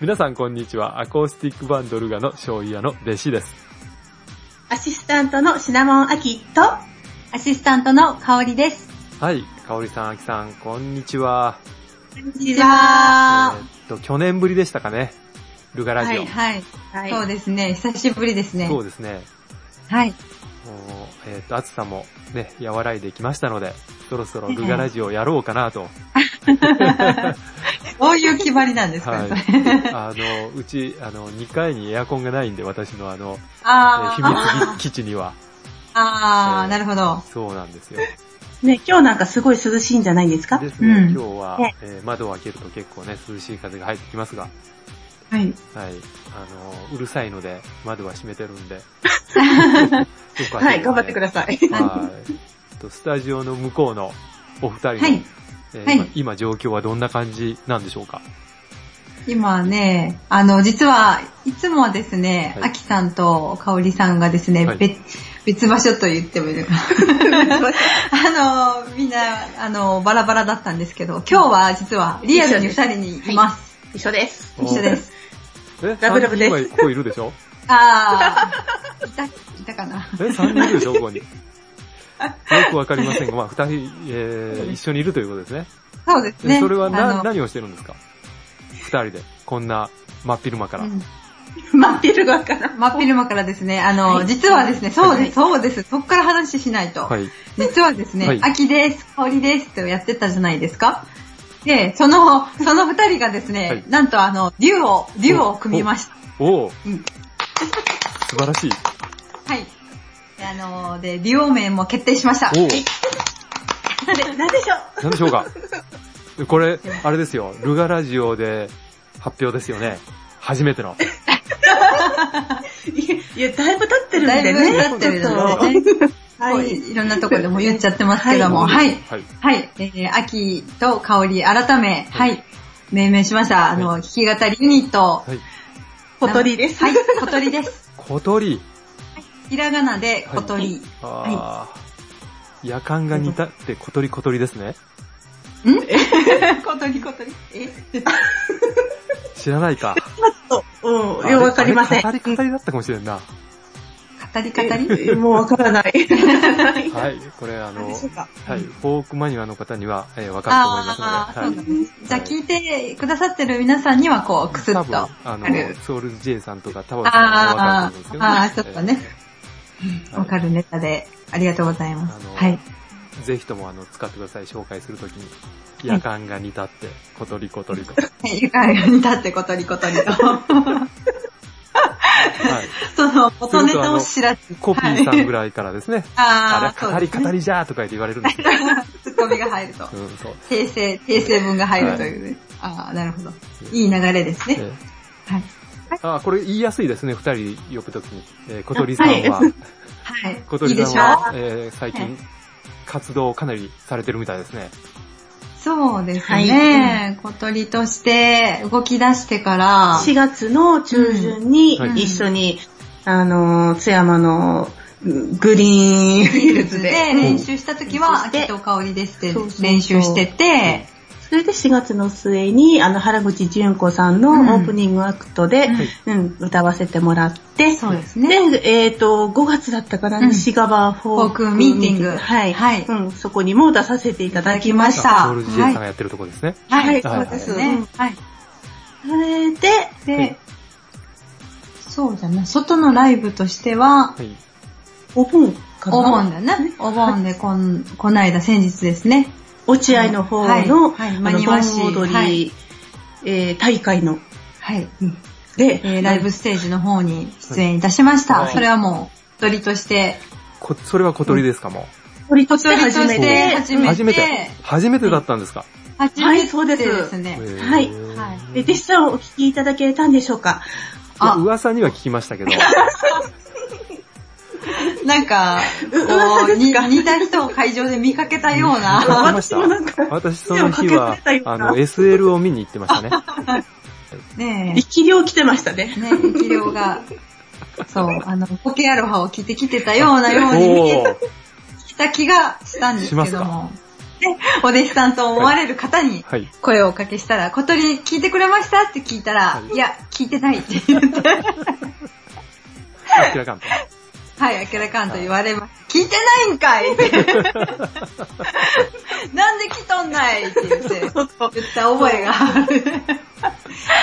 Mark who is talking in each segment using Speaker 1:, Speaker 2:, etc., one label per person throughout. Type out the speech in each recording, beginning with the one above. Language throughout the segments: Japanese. Speaker 1: 皆さんこんにちは。アコースティックバンドルガの醤油屋の弟子です。
Speaker 2: アシスタントのシナモンアキと、アシスタントの香りです。
Speaker 1: はい。かおりさん、あきさん、こんにちは。
Speaker 2: こんにちは
Speaker 1: え。ーっと、去年ぶりでしたかね。ルガラジオ。
Speaker 3: はい、
Speaker 2: はい
Speaker 3: そうですね。久しぶりですね。
Speaker 1: そうですね。
Speaker 3: はい。
Speaker 1: もう、えーっと、暑さもね、和らいできましたので、そろそろルガラジオやろうかなと。
Speaker 3: どういう決まりなんですか、
Speaker 1: はい
Speaker 3: それ。
Speaker 1: あの、うち、あの、2階にエアコンがないんで、私のあの、えー
Speaker 3: あ
Speaker 1: 秘
Speaker 3: ー、
Speaker 1: 密基地には。
Speaker 3: あ
Speaker 1: えー
Speaker 3: ー、なるほど。
Speaker 1: そうなんですよ。
Speaker 2: ね、今日なんかすごい涼しいんじゃないですか
Speaker 1: ですね、
Speaker 3: うん
Speaker 1: 今日は
Speaker 2: ね、
Speaker 1: えー窓を開けると結構ね、涼しい風が入ってきますが、
Speaker 3: はい。
Speaker 1: はい。あの、うるさいので、窓は閉めてるん で。
Speaker 3: はい、頑張ってく
Speaker 1: だ
Speaker 3: ださい。
Speaker 1: さはい。とスタジオの向こうのお二人の、
Speaker 3: はい。
Speaker 1: えー
Speaker 3: はい
Speaker 1: 今今状況はどんな感じなんでしょうか
Speaker 3: 今ね、あの、実はいつもはですね、
Speaker 1: はい
Speaker 3: ア、キ、さんと香織さんがですね、
Speaker 1: はい
Speaker 3: 別別場所と言ってもいいの か。あの、みんな、あの、バラバラだったんですけど、今日は実はリアルに二人にいます。
Speaker 2: 一緒です。
Speaker 1: はい
Speaker 3: 一緒です。
Speaker 1: え
Speaker 2: ラブラブです
Speaker 1: 三人今ここいるでしょ
Speaker 3: あ ー、いた、いたかな。
Speaker 1: え ?3 人いるでしょ ここに。よくわかりませんが、まあ、二人、えー一緒にいるということですね。
Speaker 3: そうです
Speaker 1: え
Speaker 3: ね。
Speaker 1: それは
Speaker 3: あ
Speaker 1: な
Speaker 3: の
Speaker 1: 何をしてるんですか二人で。こんな真っ昼間から。
Speaker 3: うん
Speaker 2: 待ってるわから。
Speaker 3: 真っ昼間からですね、あの、
Speaker 2: はい
Speaker 3: 実はですね、そうです、
Speaker 2: はい
Speaker 3: そうです、そっから話しないと。
Speaker 1: はい。
Speaker 3: 実はですね、
Speaker 1: はい
Speaker 3: 秋です、香りですってやってたじゃないですか。で、その、その二人がですね、
Speaker 1: はい
Speaker 3: なんとあの、デュオ、デュオを組みました。
Speaker 1: おお、
Speaker 3: うん
Speaker 1: 素晴らしい。
Speaker 3: はい。であの、で、デュオ名も決定しました。
Speaker 1: おお、
Speaker 2: なんで、なんでしょ
Speaker 1: なんでしょうか。これ、あれですよ、ルガラジオで発表ですよね。初めての。
Speaker 2: ういや、いやだいぶ経ってるん
Speaker 3: だい
Speaker 2: で
Speaker 3: ぶ
Speaker 2: ね。
Speaker 3: 経ってるの
Speaker 2: ちょっ
Speaker 3: でね、
Speaker 2: とは。
Speaker 3: はいい、いろんなところでも言っちゃってますけども、はい。
Speaker 1: はい。
Speaker 3: はい、えー、秋と香り、改め、
Speaker 1: は
Speaker 3: はいい、命名しました。あの、
Speaker 1: は
Speaker 3: 弾き語りユニット、
Speaker 1: はい。
Speaker 2: 小鳥です。
Speaker 3: はい、小鳥です。
Speaker 1: 小鳥。
Speaker 3: ひらがなで小鳥。
Speaker 1: あー。夜間が似たって小鳥小鳥ですね。
Speaker 3: 小鳥小鳥。え
Speaker 1: 知らない か。
Speaker 2: うん、ようわかりません。
Speaker 1: あれ語り語りだったかもしれんな。
Speaker 3: 語り語り
Speaker 2: えもうわからない。は
Speaker 1: はい。これあの、
Speaker 2: 何でしょうか。
Speaker 1: はい。フォークマニアの方には、えーわかると思い
Speaker 3: あ
Speaker 1: ますので。は
Speaker 3: あー、そう
Speaker 1: い
Speaker 3: だね。じゃあ聞いてくださってる皆さんにはこう、くすっと。
Speaker 1: 多分、
Speaker 3: あ
Speaker 1: あの
Speaker 3: る、
Speaker 1: ソウル J さんとかタ
Speaker 3: あー、
Speaker 1: ワさんはわか
Speaker 3: あ
Speaker 1: ると
Speaker 3: ー
Speaker 1: 思うん
Speaker 3: あ
Speaker 1: です
Speaker 3: ー、ち
Speaker 1: け
Speaker 3: ょ
Speaker 1: ど、
Speaker 3: っとね。
Speaker 1: はい
Speaker 3: わかるネタで、ありがとうございま
Speaker 1: あ
Speaker 3: す。
Speaker 1: の
Speaker 3: はい。
Speaker 1: ぜひともあの使ってください、紹介するときに。夜間が煮立って、小鳥小鳥と。
Speaker 3: はい、ゆかがにたって小鳥小鳥と、
Speaker 1: はい。
Speaker 3: その元ネタを知らず。
Speaker 1: コピーさんぐらいからですね。あ
Speaker 3: ああ、
Speaker 1: れ、語り語りじゃーとか言って言われるんですけど。
Speaker 3: ツッコミが入ると。
Speaker 1: うん、そう。
Speaker 3: 訂正、訂正文が入るというね。ああ、なるほど。いい流れですね。
Speaker 1: え
Speaker 3: はい。
Speaker 1: えあ、これ言いやすいですね、二人呼ぶときに。えー小鳥さんは、
Speaker 3: はい。
Speaker 1: 小
Speaker 3: いい
Speaker 1: 鳥
Speaker 3: で
Speaker 1: さん
Speaker 3: しょ
Speaker 1: は、えー最近、活動をかなりされてるみたいですね。
Speaker 3: そうですね。小鳥として動き出してから、
Speaker 2: 4月の中旬に
Speaker 1: うん
Speaker 2: 一緒に、あの、津山のグリーンヒルズで、
Speaker 3: 練習した時は、
Speaker 2: で
Speaker 3: 秋と香りですって
Speaker 2: そうそうそう
Speaker 3: 練習してて、
Speaker 2: それで4月の末に、あの、原口純子さんの
Speaker 3: うん
Speaker 2: オープニングアクトで、うん、歌わせてもらって、
Speaker 3: そうですね。
Speaker 2: で、えっ、と、5月だったかな、
Speaker 3: うん
Speaker 2: シガバーフォー
Speaker 3: フォ
Speaker 2: ク
Speaker 3: ークミーティング
Speaker 2: はい。
Speaker 3: はい
Speaker 2: うん、そこにも出させていただきまし。
Speaker 3: いただきましたあ
Speaker 1: ソウル J さんがやってるとこですね。
Speaker 3: はい、
Speaker 1: はい
Speaker 3: そ
Speaker 1: う
Speaker 3: です
Speaker 2: はい
Speaker 3: ね。はい。
Speaker 2: それで、
Speaker 1: はい
Speaker 3: で、そうじゃない。外のライブとしては、
Speaker 1: はい。
Speaker 2: お盆かな
Speaker 3: お盆だね。お盆でこん、こないだ先日ですね。
Speaker 2: 落合の方の、
Speaker 3: はいはい
Speaker 2: あ
Speaker 3: 真
Speaker 2: の、
Speaker 3: 庭市
Speaker 2: 盆踊り、
Speaker 3: はい
Speaker 2: えー大会の、
Speaker 3: はい。
Speaker 2: うんで、
Speaker 3: えーライブステージの方に出演いたしまし
Speaker 1: は
Speaker 3: た。
Speaker 1: い
Speaker 3: それはもう、鳥として、
Speaker 1: こ、それは小鳥ですか、も
Speaker 2: 鳥として
Speaker 3: 鳥と
Speaker 2: 初め、
Speaker 3: してて初
Speaker 1: う。
Speaker 3: め
Speaker 1: 初め
Speaker 3: て
Speaker 1: て、、初めてだったんですか。
Speaker 3: 初
Speaker 2: は
Speaker 3: め
Speaker 2: い
Speaker 3: て
Speaker 2: そうです
Speaker 3: です
Speaker 1: へ
Speaker 3: ね。
Speaker 1: ー
Speaker 2: はい
Speaker 3: はい
Speaker 2: え弟子さんお聞きいただけたんでしょうか
Speaker 1: いや
Speaker 3: あ
Speaker 1: 噂には聞きましたけど。
Speaker 3: なんか、こう、に似た人を会場で見かけたよう
Speaker 1: 聞き
Speaker 3: な、
Speaker 1: ました
Speaker 2: 私もなんか
Speaker 1: 私その日
Speaker 2: 手をか
Speaker 1: は
Speaker 2: けてたよ、うな
Speaker 1: あの、SL を見に行ってましたね。
Speaker 3: ね
Speaker 2: 力量来てましたね。
Speaker 3: え、ねえ、力量がそう、あの、ポケアロハを着てきてたようなように見え
Speaker 1: おー
Speaker 3: た気がしたんですけ
Speaker 1: し
Speaker 3: ど
Speaker 1: ま
Speaker 3: も。で、お弟子さんと思われる方に
Speaker 1: はい。
Speaker 3: 声をおかけしたら、小鳥聞いてくれましたって聞いたら、
Speaker 1: はい
Speaker 3: い、や、聞いてないって 言って、
Speaker 1: 明らかんと。
Speaker 3: はい、明らかんと言われます。聞いてないんかいって。 なんで来とんないって言って、言った覚えがある。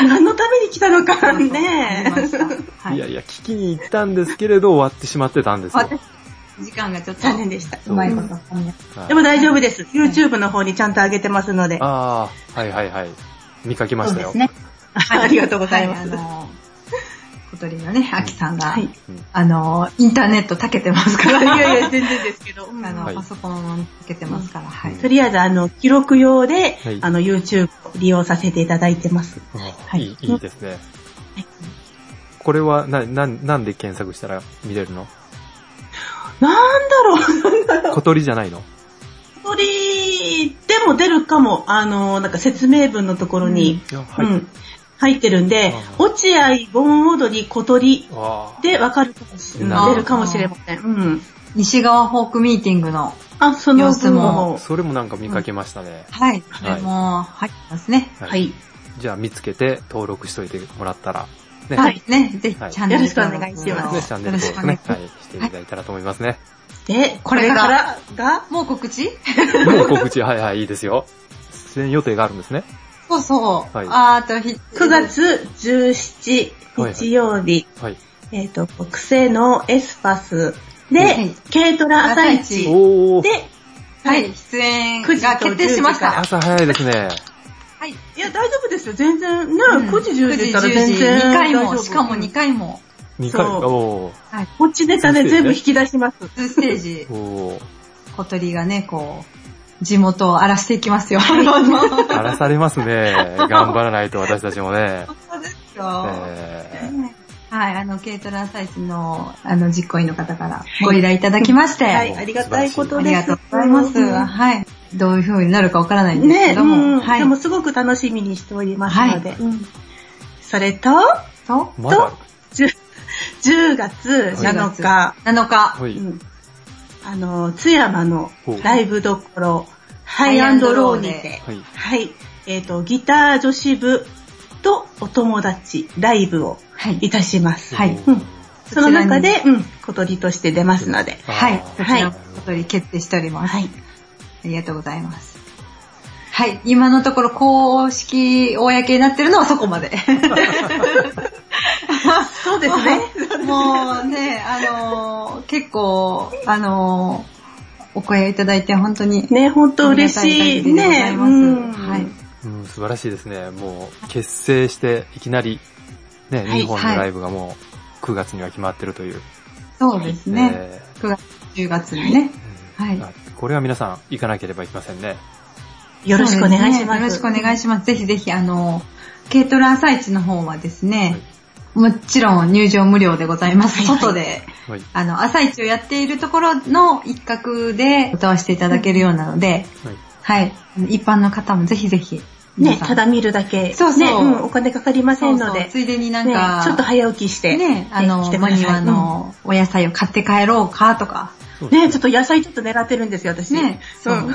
Speaker 2: 何のために来た のか
Speaker 3: ありま
Speaker 2: ね
Speaker 3: したはい
Speaker 1: いやいや、聞きに行ったんですけれど、終わってしまってたんですよ。
Speaker 3: 私、時間がちょっと
Speaker 2: 残念でした。
Speaker 3: うまいこと噛み合っ
Speaker 1: はい
Speaker 2: でも大丈夫です。YouTube の方にちゃんと上げてますので。あ
Speaker 1: ああ、はいはいはい。見かけま
Speaker 4: そ
Speaker 1: し
Speaker 4: う
Speaker 1: た
Speaker 4: で
Speaker 1: よ。
Speaker 4: すね。
Speaker 3: た。
Speaker 2: りがとうございま
Speaker 3: は
Speaker 2: す。
Speaker 3: あの、小鳥のね、秋さんが、
Speaker 2: はい。
Speaker 1: うん
Speaker 3: あの、インターネットたけてますから、
Speaker 2: いやいや、全然ですけど。うん
Speaker 3: あの、
Speaker 1: はい
Speaker 3: パソコンたけてますから、はい。
Speaker 2: とりあえず、あの、記録用で、
Speaker 1: はい
Speaker 2: あの、YouTube を利用させていただいてます。
Speaker 1: あ
Speaker 2: は
Speaker 1: ー
Speaker 2: い
Speaker 1: いい、いいですね。これは、な、な、なんで検索したら見れるの
Speaker 2: なんだろう、
Speaker 1: 小鳥じゃないの
Speaker 2: 鳥でも出るかも、あの、なんか説明文のところに、
Speaker 1: いや、
Speaker 2: う
Speaker 1: は
Speaker 2: ん、
Speaker 1: い。
Speaker 2: 入ってるんで
Speaker 1: あ、ー
Speaker 2: 落合盆踊り小鳥
Speaker 1: あ
Speaker 2: でわかるかもしれ
Speaker 1: なるほど
Speaker 2: 出るかもしれません。うん。
Speaker 3: 西側フォークミーティングの、
Speaker 2: あ、その
Speaker 3: 様子
Speaker 2: 分
Speaker 3: も
Speaker 1: あ、
Speaker 2: も、
Speaker 1: それもなんか見かけましたね。
Speaker 3: はい、こ
Speaker 1: はい
Speaker 3: れも入ってますね。
Speaker 1: は
Speaker 2: はい。
Speaker 1: じゃあ見つけて登録しといてもらったら、ね。
Speaker 3: は
Speaker 1: ね
Speaker 3: い。ね、ぜひチ
Speaker 1: はい
Speaker 3: ャンネル登録
Speaker 2: よろしくお願いします
Speaker 1: チャンネル
Speaker 3: よろしくお
Speaker 1: 登録
Speaker 3: 願い
Speaker 1: ね
Speaker 3: し、ま
Speaker 1: はい、していただいたらと思いますね。
Speaker 2: で、こ
Speaker 3: こ
Speaker 2: れ
Speaker 3: れ
Speaker 2: か
Speaker 3: から
Speaker 2: が、
Speaker 3: す。もう告知
Speaker 1: もう告知、はいはい、いいですよ。出演予定があるんですね。
Speaker 3: そうそう。
Speaker 1: はい
Speaker 3: あーあとひ、
Speaker 2: 9月17
Speaker 1: はい
Speaker 2: 日曜日、
Speaker 1: はい。
Speaker 2: えっ、と、癖のエスパスで、
Speaker 3: はい
Speaker 2: 軽トラ朝
Speaker 3: 朝
Speaker 2: 市
Speaker 3: 一
Speaker 1: おー、
Speaker 2: で、
Speaker 3: はい、出演
Speaker 2: 9時と
Speaker 3: が決定しまし
Speaker 2: 10時か
Speaker 3: た。
Speaker 1: 朝早いですね。
Speaker 3: はい。
Speaker 2: いや、大丈夫ですよ。全然、ね、
Speaker 3: うん
Speaker 2: 9時10時から
Speaker 3: 9
Speaker 2: 全然
Speaker 3: 2回
Speaker 2: 大丈
Speaker 3: も、
Speaker 2: 夫
Speaker 3: しかも2回も、
Speaker 1: 2回、
Speaker 2: そう
Speaker 1: おー、
Speaker 2: 持ちネタで全部引き出します。
Speaker 3: 2ステージ、
Speaker 1: おー、
Speaker 3: 小鳥がね、こう、地元を荒らしていきますよ。 そう
Speaker 1: 荒らされますね。頑張らないと私たちもね。
Speaker 3: ですよ。
Speaker 1: え
Speaker 3: はい、あの、軽トラ朝市の、あの、実行委員の方からご依頼いただきまして、
Speaker 2: はい、
Speaker 1: お
Speaker 2: ありがたいこと
Speaker 3: あ
Speaker 2: で
Speaker 3: り
Speaker 2: す。
Speaker 3: がとうございます。
Speaker 2: うん
Speaker 3: はい。どういう風になるかわからないんです
Speaker 2: ね
Speaker 3: けど
Speaker 2: うん
Speaker 3: も、はい
Speaker 2: で。もすごく楽しみにしておりますので。
Speaker 3: は
Speaker 2: うんそれと、
Speaker 3: と、
Speaker 1: ー、まだ、
Speaker 2: 10月7日、
Speaker 3: 7日、
Speaker 1: はい。
Speaker 2: うんあの、津山の
Speaker 1: ほう
Speaker 2: ライブどころ、ハイ
Speaker 3: ハイ
Speaker 2: ア
Speaker 3: ア
Speaker 2: ン
Speaker 3: ン
Speaker 2: ド
Speaker 3: ド
Speaker 2: ロ
Speaker 3: ロ
Speaker 2: ー
Speaker 3: ー
Speaker 2: に
Speaker 3: で
Speaker 2: て、
Speaker 1: はい。
Speaker 2: はい、えっ、と、ギター女子部とお友達ライブを
Speaker 3: はい。
Speaker 2: いたします。
Speaker 3: はい
Speaker 1: おー
Speaker 2: うんその中で、うん、小鳥として出ますので。
Speaker 3: はい。
Speaker 1: あ
Speaker 3: こ
Speaker 1: ー
Speaker 3: ちらのことに決定しております。
Speaker 2: はい。
Speaker 3: ありがとうございます。はい。今のところ公式、公になってるのはそこまで。
Speaker 2: そうですね。
Speaker 3: もうね、あのー結構、あのーお声いただいて本当に、
Speaker 2: ね、本当嬉しい。ね、うん。
Speaker 3: はい。
Speaker 1: うん、素晴らしいですね。もう、結成して、いきなり、ね、
Speaker 2: はい
Speaker 1: 日本のライブがもう、9月には決まってるという。
Speaker 3: そうですね。
Speaker 1: え
Speaker 3: 9月、10月にね。
Speaker 1: ー
Speaker 3: はい
Speaker 1: あこれは皆さん、行かなければいけませんね。
Speaker 2: よろしくお願いします。
Speaker 3: そうでねよろしくお願いします。ぜひぜひ、あのー軽トラ朝市の方はですね、もちろん入場無料でございます。
Speaker 2: はいはい
Speaker 3: 外で
Speaker 1: はい。
Speaker 3: あの、朝市をやっているところの一角で歌わせていただけるようなので、
Speaker 1: はい。
Speaker 3: はい。一般の方もぜひぜひ。皆
Speaker 2: ね、
Speaker 3: さん
Speaker 2: ただ見るだけ。
Speaker 3: そうそう
Speaker 2: ね、ん、お金かかりませんの
Speaker 3: そうそう
Speaker 2: で。
Speaker 3: ついでになん
Speaker 2: ね
Speaker 3: か、、
Speaker 2: ちょっと早起きして。
Speaker 3: ね、あの
Speaker 2: 来て、く
Speaker 3: お
Speaker 2: ださい
Speaker 3: 庭のお野菜を買って帰ろうかとか、
Speaker 1: そうです
Speaker 2: ね、ちょっと野菜ちょっと狙ってるんですよ、私。。
Speaker 3: ね、そううん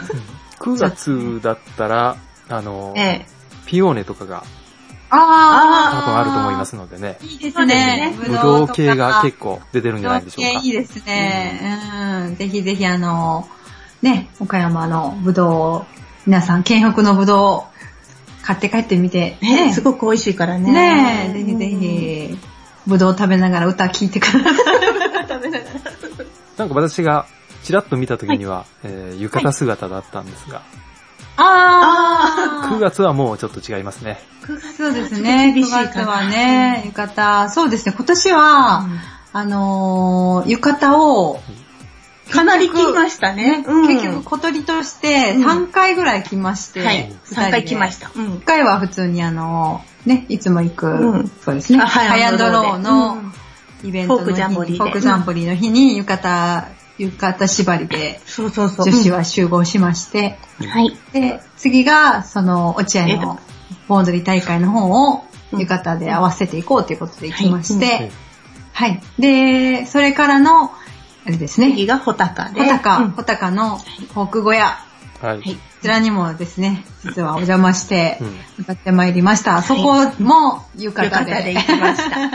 Speaker 1: 9月だったら、あの、
Speaker 2: ええ。
Speaker 1: ピオーネとかが
Speaker 3: あ
Speaker 1: 多分あると思いますのでね。
Speaker 3: いいで
Speaker 2: そ
Speaker 3: す
Speaker 2: うです
Speaker 3: ね
Speaker 2: ね。
Speaker 1: ぶどう
Speaker 3: とか
Speaker 1: 系が結構出てるんじゃないでしょう
Speaker 3: ブドウ
Speaker 1: か
Speaker 3: 系い。いですね。うん。ぜひぜひあの、ね、岡山のぶどう、皆さん、県北のぶどう、買って帰ってみて、
Speaker 2: ね、すごく美味しいからね。
Speaker 3: ねえ、ぜひぜひ、ぶどう食べながら歌聴いてください。
Speaker 1: なんか私が、ちらっと見た時には、えー浴衣姿だったんですが、
Speaker 3: あ
Speaker 1: 9月はもうちょっと違いますね。
Speaker 2: 9月
Speaker 3: そうですね、
Speaker 2: ちょ
Speaker 3: 9
Speaker 2: っと厳しい
Speaker 3: 月
Speaker 2: かな
Speaker 3: はね、浴衣、そうですね、今年は、あのー、浴衣を、
Speaker 2: うんかなり来ましたね。うん
Speaker 3: 結局、小鳥として
Speaker 2: うん
Speaker 3: 3回ぐらい来まして、
Speaker 2: はい、3回来ま
Speaker 3: た。
Speaker 2: した。うん
Speaker 3: 1。回は普通にあのー、ね、いつも行く、
Speaker 2: うん
Speaker 3: そうですね、
Speaker 2: あ
Speaker 3: ハイアンドロー
Speaker 2: う
Speaker 3: の
Speaker 2: ん
Speaker 3: イベントの日
Speaker 2: フォークジャンボリーで
Speaker 3: フォークジャンボリーの日に浴衣、浴衣縛りで
Speaker 2: そうそうそう。
Speaker 3: 女子は集合しまして、
Speaker 2: うん。はい。
Speaker 3: で、次が、その、落合の盆踊り大会の方を、浴衣で合わせていこうということで行きまして、
Speaker 1: うん
Speaker 3: はい。で、それからの、あれですね、
Speaker 2: 次が穂高で。
Speaker 3: 穂
Speaker 2: う
Speaker 3: 高、
Speaker 2: ん
Speaker 3: 穂高の航空小屋、
Speaker 1: はい。
Speaker 2: はい。
Speaker 3: こちらにもですね、実はお邪魔して
Speaker 1: うん
Speaker 3: 向かってまいりました。そこも浴衣
Speaker 2: 浴衣
Speaker 3: で。
Speaker 2: で行きました。 は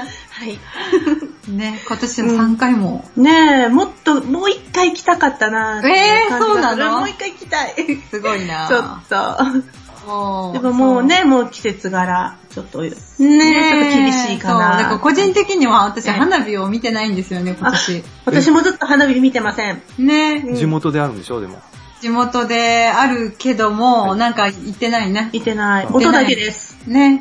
Speaker 2: い。
Speaker 3: ね、今年の3回も。
Speaker 2: ねえ、もっと、もう一回来たかったなってい
Speaker 3: えー
Speaker 2: 感じ
Speaker 3: そうなの
Speaker 2: だからもう一回来たい。ち
Speaker 3: すごいな
Speaker 2: ょっと。
Speaker 3: も
Speaker 2: でももうね、もう季節柄、ちょっと、ねちょっと厳しいか
Speaker 3: そう、だから
Speaker 2: な。
Speaker 3: 個人的には私
Speaker 2: ええ
Speaker 3: 花火を見てないんですよね、今年。
Speaker 2: 私もずっと花火見てません。
Speaker 3: ね、
Speaker 2: うん
Speaker 1: 地元であるんでしょ、でも。
Speaker 3: 地元であるけども、なんか行ってないね。
Speaker 2: 見てない。
Speaker 1: 見て
Speaker 2: 音
Speaker 3: ない
Speaker 2: だけです。
Speaker 3: ね。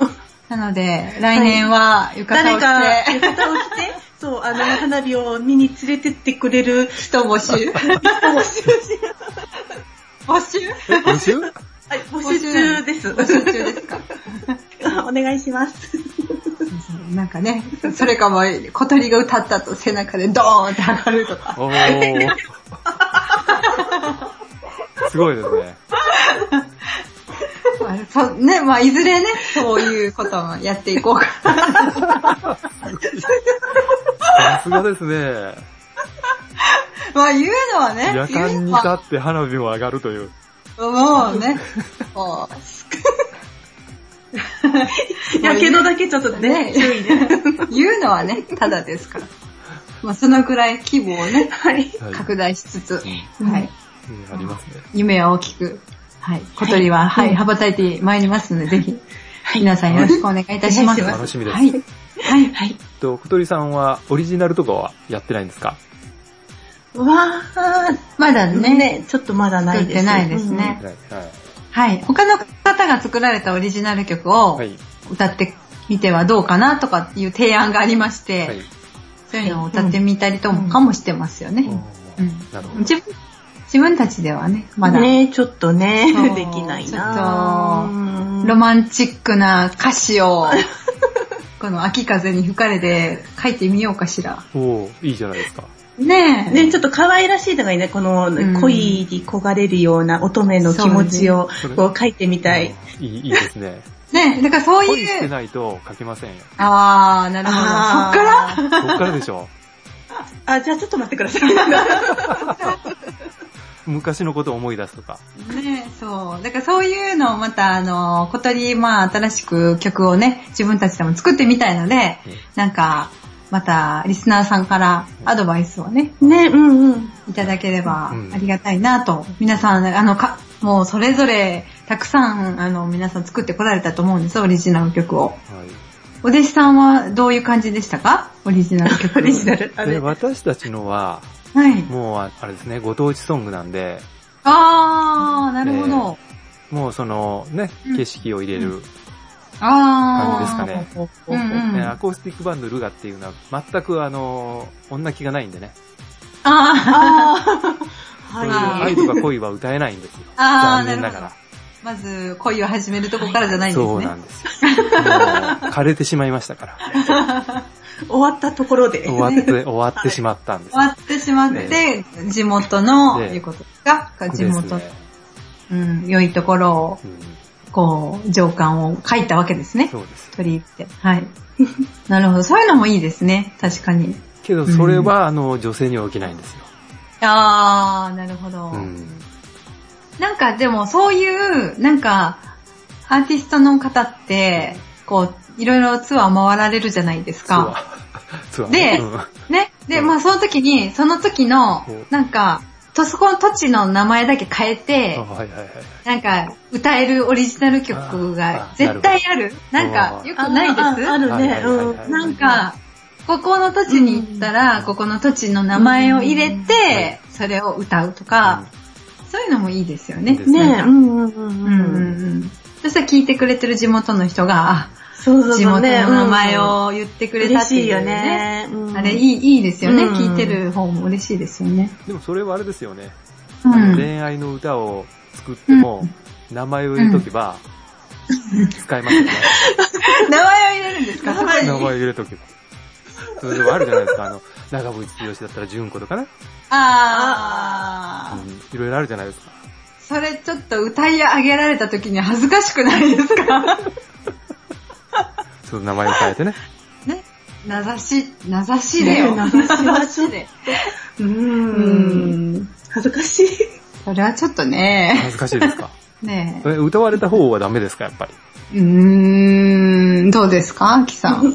Speaker 3: なので、来年は浴衣
Speaker 2: 誰
Speaker 3: を
Speaker 2: か
Speaker 3: して、
Speaker 2: 浴衣を着て、そう、あの、花火を見に連れてってくれる
Speaker 3: 人募集。
Speaker 2: 人を募集し、
Speaker 3: 募集
Speaker 1: え今週
Speaker 2: はい募集中です。
Speaker 3: 募集中ですか
Speaker 2: お願いします。
Speaker 3: なんかね、それかも小鳥が歌ったと背中でドーンって上がるとか。
Speaker 1: おー。すごいですね。
Speaker 3: まあ そうね、まあいずれね、そういうこともやっていこうかな。
Speaker 1: さすがですね。
Speaker 3: まあ言うのはね、
Speaker 1: 夜間に
Speaker 3: 言う
Speaker 1: 立
Speaker 3: のは
Speaker 1: って花火も上がるという。
Speaker 3: もう ね、こう
Speaker 2: やけどだけちょっとね、
Speaker 3: ね
Speaker 2: 注意ね。
Speaker 3: 言うのはね、ただですから。まあそのくらい規模をね、
Speaker 2: はい。
Speaker 1: はい。
Speaker 3: 拡大しつつ、
Speaker 2: うん
Speaker 3: はい、
Speaker 1: うんありますね。
Speaker 3: 夢は大きく、はい、小鳥は、はい、羽ばたいてまいりますので、ぜひ、
Speaker 2: はい
Speaker 3: 皆さんよろしくお願いいたします。
Speaker 2: お願いし
Speaker 1: 楽しみです。
Speaker 3: はい。はい。
Speaker 2: はい。
Speaker 1: えっと、小鳥さんはオリジナルとかはやってないんですか
Speaker 2: わー、
Speaker 3: まだ
Speaker 2: ね
Speaker 3: ね、
Speaker 2: ちょっとまだないです。
Speaker 3: 作ってないですね
Speaker 1: はい。
Speaker 3: はい。他の方が作られたオリジナル曲
Speaker 1: は
Speaker 3: を
Speaker 1: い。
Speaker 3: 歌ってみてはどうかなとかっていう提案がありまして、
Speaker 1: はい。
Speaker 3: そういうのを歌ってみたりとかもしてますよね。うん
Speaker 1: なるほど。
Speaker 3: 自分自分たちではね、まだ、
Speaker 2: ねちょっとね
Speaker 3: そう、
Speaker 2: できない
Speaker 3: ちょっと
Speaker 2: な
Speaker 3: ロマンチックな歌詞 を、この秋風に吹かれて書いてみようかしら。
Speaker 1: おーいいじゃないですか。
Speaker 3: ねえ。
Speaker 2: ね、ちょっと可愛らしいのがいいね。この
Speaker 3: ん
Speaker 2: 恋に焦がれるような乙女の気持ちを
Speaker 1: そうね
Speaker 2: こう書いてみたい。
Speaker 1: うんいい、いいですね。
Speaker 3: ねえ、だからそう
Speaker 1: 恋し
Speaker 3: い
Speaker 1: て
Speaker 3: う。
Speaker 1: ないと書けませんよ。
Speaker 3: あー、なるほど。そっから
Speaker 2: そっ
Speaker 1: こっからでしょ。
Speaker 2: らあ、じゃあちょっと待ってください。
Speaker 1: 昔のことを思い出すとか。
Speaker 3: ねえ、そう。だからそういうのをまた、あの、小鳥、まあ、新しく曲をね、自分たちでも作ってみたいので、なんか、また、リスナーさんからアドバイスを ね、
Speaker 2: ね、うんうん。
Speaker 3: いただければ
Speaker 1: うん
Speaker 3: ありがたいなと。皆さん、あの、か、もうそれぞれ、たくさん、あの、皆さん作ってこられたと思うんです、オリジナル曲を。
Speaker 1: はい。
Speaker 3: お弟子さんはどういう感じでしたかオリジナル曲。
Speaker 2: オリジナ。ル。あ
Speaker 1: で
Speaker 2: れ
Speaker 1: 私たちのは、
Speaker 3: はい。
Speaker 1: もうああれですね、ご当地ソングなんで、
Speaker 3: あー、なるほど。
Speaker 1: もうそのね
Speaker 3: う、ん
Speaker 1: 景色を入れる、
Speaker 3: あー。
Speaker 1: 感じです
Speaker 2: ほう
Speaker 3: う
Speaker 2: ほうほうん
Speaker 3: うん
Speaker 1: ねアコースティックバンドルガっていうのは全くあの、女気がないんでね、
Speaker 3: あ
Speaker 2: あー。
Speaker 1: そういう
Speaker 2: は
Speaker 1: 愛
Speaker 2: い。
Speaker 1: とか恋は歌えないんですよ。
Speaker 3: ー、 あ
Speaker 1: 残
Speaker 3: ー、なる
Speaker 1: 念
Speaker 3: ほ
Speaker 1: な
Speaker 3: ど
Speaker 1: が。ら。
Speaker 3: まず恋を始めるとこからじゃないんですね。
Speaker 1: そうなんですよ。もう枯れてしまいました から。
Speaker 2: 終わったところで。
Speaker 1: 終わって、終わってしまったんです。
Speaker 3: 終わってしまって、地元の、
Speaker 1: ね
Speaker 3: いうことですか地元、
Speaker 1: ですね
Speaker 3: うん、良いところを、
Speaker 1: うん
Speaker 3: こう、情感を書いたわけですね。
Speaker 1: そうです。
Speaker 3: 取り入って。はい。 なるほど。そういうのもいいですね。確かに。
Speaker 1: けど、それは、あの、女性には起きないんですよ。
Speaker 3: あー、なるほど。
Speaker 1: うん。
Speaker 3: なんかでもそういう、なんか、アーティストの方って、こう、いろいろツアー回られるじゃないです
Speaker 1: ツア
Speaker 3: か。
Speaker 1: ー。 ツアー。
Speaker 3: で
Speaker 1: うんは
Speaker 3: ね。で、
Speaker 1: うん
Speaker 3: まあその時に、その時の
Speaker 1: うん、
Speaker 3: なんか、とそこの土地の名前だけ変え
Speaker 1: い
Speaker 3: て、
Speaker 1: はいはい。
Speaker 3: なんか、歌えるオリジナル曲が
Speaker 1: あー
Speaker 3: 絶対ある。
Speaker 1: なる
Speaker 3: な
Speaker 1: ほ
Speaker 3: ん
Speaker 1: ど
Speaker 3: か、よくない
Speaker 2: あああ
Speaker 3: で
Speaker 2: るね。
Speaker 1: はいはいはいは
Speaker 2: う
Speaker 1: い
Speaker 2: ん。
Speaker 3: すなんか、ここの土地に行ったら、ここの土地の名前を入れ
Speaker 2: うん
Speaker 3: て、それを歌うとか、そういうのもいいですよね。
Speaker 1: いいです
Speaker 2: ね
Speaker 3: なんか
Speaker 2: うんうんうん
Speaker 3: うんう
Speaker 2: うん。
Speaker 3: んうん。そしたら聞いてくれてる地元の人が、あ
Speaker 2: そうそうそう。
Speaker 3: 地元の
Speaker 2: ね
Speaker 3: 名前を言ってくれた
Speaker 2: 嬉
Speaker 3: っていう、
Speaker 2: しいよ。ね。
Speaker 3: あれい
Speaker 2: い。
Speaker 3: い、いいですよね。
Speaker 2: うん
Speaker 3: 聞いてる方も嬉しいですよね。
Speaker 1: でも、それはあれですよね。
Speaker 3: う
Speaker 1: あの
Speaker 3: ん。
Speaker 1: 恋愛の歌を作っても、名前を入れとけば、使えますよね。
Speaker 3: 名前を入れるんですか
Speaker 2: 名前
Speaker 1: 名前を入れとけば。それでもあるじゃないですか。あの、長渕剛だったら純子とかね。
Speaker 3: あ
Speaker 1: う
Speaker 3: ー。
Speaker 1: んいろいろあるじゃないですか。
Speaker 3: それちょっと歌い上げられた時に恥ずかしくないですか
Speaker 1: その名前を変えてね。
Speaker 3: ね。名指し、名指しだよ。
Speaker 2: ね名指しはちょっと
Speaker 3: で。
Speaker 2: う
Speaker 3: う
Speaker 2: ーん。
Speaker 3: ん。
Speaker 2: 恥ずかしい。
Speaker 3: それはちょっとね。
Speaker 1: 恥ずかしいですか
Speaker 3: ね
Speaker 1: え歌われた方はダメですか、やっぱり。
Speaker 3: え。うーん。どうですかアキさん。
Speaker 2: うん。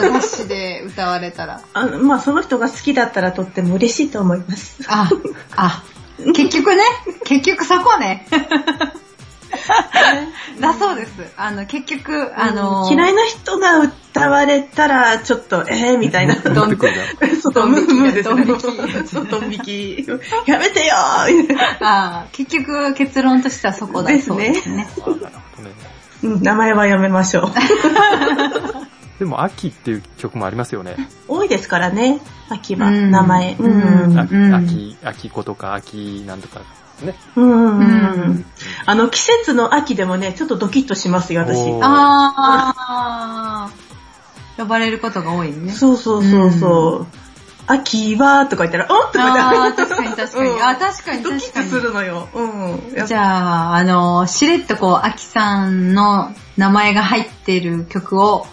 Speaker 3: 名指しで歌われたら。
Speaker 2: あのまあ、その人が好きだったらとっても嬉しいと思います。
Speaker 3: あ、あ、結局ね、結局そこね。 だそうです。あの、結局、あのー、
Speaker 2: 嫌いな人が歌われたら、ちょっと、えー、みたいな。
Speaker 1: なってくる
Speaker 2: そう、
Speaker 3: ド
Speaker 2: ド
Speaker 3: ン
Speaker 2: ン
Speaker 3: 引き
Speaker 2: 引きですね
Speaker 3: ドン引き。
Speaker 2: そう、ドン引き。やめてよー
Speaker 3: あー結局結論としてはそこだそうですね。
Speaker 1: な。あなるほどね。
Speaker 2: うん名前はやめましょう。
Speaker 1: でも、秋っていう曲もありますよね。
Speaker 2: 多いですからね、秋は、
Speaker 3: うん
Speaker 2: 名前。う
Speaker 3: うん
Speaker 2: ん。
Speaker 1: 秋、秋、秋子とか、秋なんとかね。
Speaker 2: うん。
Speaker 3: うん
Speaker 2: あの、季節の秋でもね、ちょっとドキッとしますよ、私。
Speaker 1: おー
Speaker 3: あー、呼ばれることが多いね。
Speaker 2: そうそうそうそう。秋は、とか言ったら、おっとか言
Speaker 3: あー、
Speaker 2: って
Speaker 3: 確かに確か
Speaker 2: うん
Speaker 3: に。あ、確かに
Speaker 2: ド
Speaker 3: 確
Speaker 2: キッと
Speaker 3: か
Speaker 2: す
Speaker 3: に。
Speaker 2: るのよ。うん。やっぱ
Speaker 3: じゃあ、あのー、しれっとこう、アキさんの名前が入っている曲を、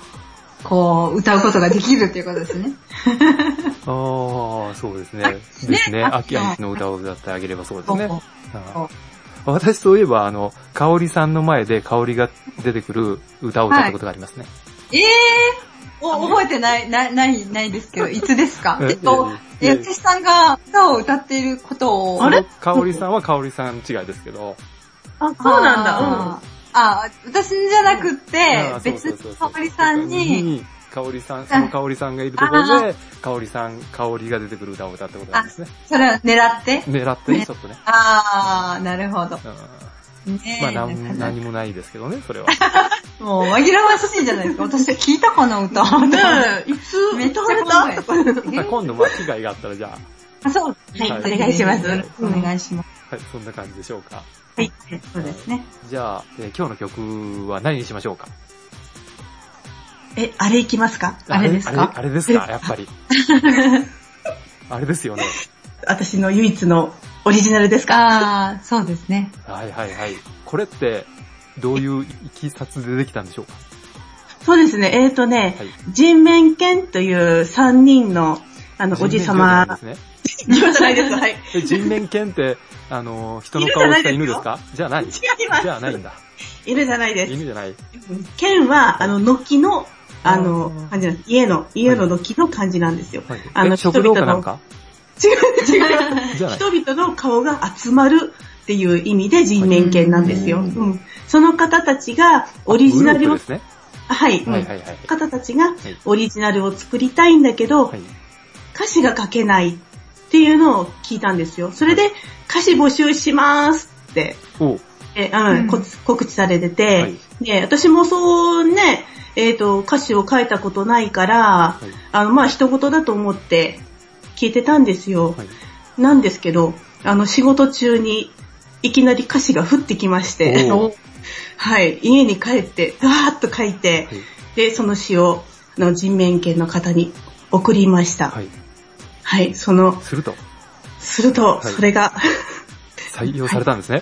Speaker 3: こう、歌うことができるっていうことですね。
Speaker 1: ああ、そうですね。
Speaker 3: あ
Speaker 1: ですね。
Speaker 3: ね
Speaker 1: 秋
Speaker 3: あ
Speaker 1: 秋の歌を歌ってあげればそうですね。あ
Speaker 3: そ
Speaker 1: ー私そういえば、あの、香織さんの前で香織が出てくる歌を歌ったことがありますね。
Speaker 3: ええー、お覚えてない、な、ない、ないですけど、いつですか
Speaker 1: え
Speaker 3: えっと、
Speaker 1: ええ
Speaker 3: え、私さんが歌を歌っていることを。
Speaker 2: あれ
Speaker 1: 香織さんは香織さん違いですけど、
Speaker 2: あ、そうなんだ。
Speaker 3: あーあ、私じゃなくて
Speaker 1: あー、
Speaker 3: 別
Speaker 1: そう
Speaker 3: に
Speaker 1: そうそうそう
Speaker 3: 香織さんに、、
Speaker 1: 香織さん、その香織さんがいるところで、香織さん、香織が出てくる歌を歌ったことがあるんですね。
Speaker 3: それを狙って。
Speaker 1: 狙ってね、
Speaker 3: ね
Speaker 1: ちょっとね。
Speaker 3: ああ、なるほど。
Speaker 1: うん
Speaker 3: ね
Speaker 1: ま
Speaker 3: え
Speaker 1: あ、 なん
Speaker 3: なんか
Speaker 1: 何もないですけどね、それ は。
Speaker 3: もう紛らわしいじゃないですか。私聞いたこの歌。
Speaker 2: うん。ねえ、いつ
Speaker 3: めっちゃ
Speaker 2: 歌われ
Speaker 3: 怖い
Speaker 2: たとか。
Speaker 1: まあ今度、間違いがあったら、じゃ
Speaker 3: あ、 そう。
Speaker 2: はい
Speaker 1: お
Speaker 2: 願いします
Speaker 3: よろくお願いします。
Speaker 1: あ、はい、そんな感じでしょうか。
Speaker 2: はい。
Speaker 3: そうですね。
Speaker 1: じゃあ、えー今日の曲は何にしましょうか
Speaker 2: え、あれ行きますか
Speaker 3: あれですか
Speaker 1: あれあれですかやっ ぱり。あれですよね。
Speaker 2: 私の唯一のオリジナルですか
Speaker 3: ああ、そうですね。
Speaker 1: はいはいはい。これって、どういういきさつでできたんでしょうか
Speaker 2: そうですね。えーとね、
Speaker 1: はい。
Speaker 2: 人面犬という3人の、あの、おじさま、
Speaker 1: 人面犬なんですね。
Speaker 2: いるじゃない です。はい。違
Speaker 1: え人面犬って、あの、人の顔をした犬ですかじゃあない。じ
Speaker 2: います。
Speaker 1: ゃあないんだ。
Speaker 2: いるじゃないです。
Speaker 1: 犬じゃない。
Speaker 2: 犬は、あの、軒の、あ
Speaker 1: あ
Speaker 2: の
Speaker 1: ー、
Speaker 2: 感じなんです。家の、家の軒の感じなんですよ。
Speaker 1: はい
Speaker 2: あの
Speaker 1: え食堂かなんか
Speaker 2: 違う違う。
Speaker 1: じゃない。
Speaker 2: 人々の顔が集まるっていう意味で人面犬なんですよ。
Speaker 3: う
Speaker 2: うんん。その方たちがオリジナル
Speaker 1: グ
Speaker 2: を
Speaker 1: ループで、すね。
Speaker 2: はい。
Speaker 1: は
Speaker 2: う
Speaker 1: い
Speaker 2: ん
Speaker 1: はいはい。
Speaker 2: 方たちが
Speaker 1: い
Speaker 2: オリジナルを作りたいんだけど
Speaker 1: は、い。
Speaker 2: 歌詞が書けないっていうのを聞いたんですよ。それで歌詞募集しますって、
Speaker 1: おう
Speaker 2: えうん
Speaker 3: うん
Speaker 2: こ告知されて
Speaker 1: は
Speaker 2: て
Speaker 1: い、
Speaker 2: で私もそうね、えっ、と、歌詞を書いたことないから、
Speaker 1: はい
Speaker 2: あの、まあ、人事だと思って聞いてたんですよ。
Speaker 1: はい。
Speaker 2: なんですけど、あの、仕事中に、いきなり歌詞が降ってきまし
Speaker 1: お
Speaker 2: て、
Speaker 1: う
Speaker 2: はい、家に帰って、わーっと書いて、
Speaker 1: はい
Speaker 2: で、その詩を、あの、人面犬の方に送りました。は、
Speaker 1: はいい。
Speaker 2: その、
Speaker 1: すると、
Speaker 2: すると、
Speaker 1: はい
Speaker 2: それが、
Speaker 1: 採用されたんですね。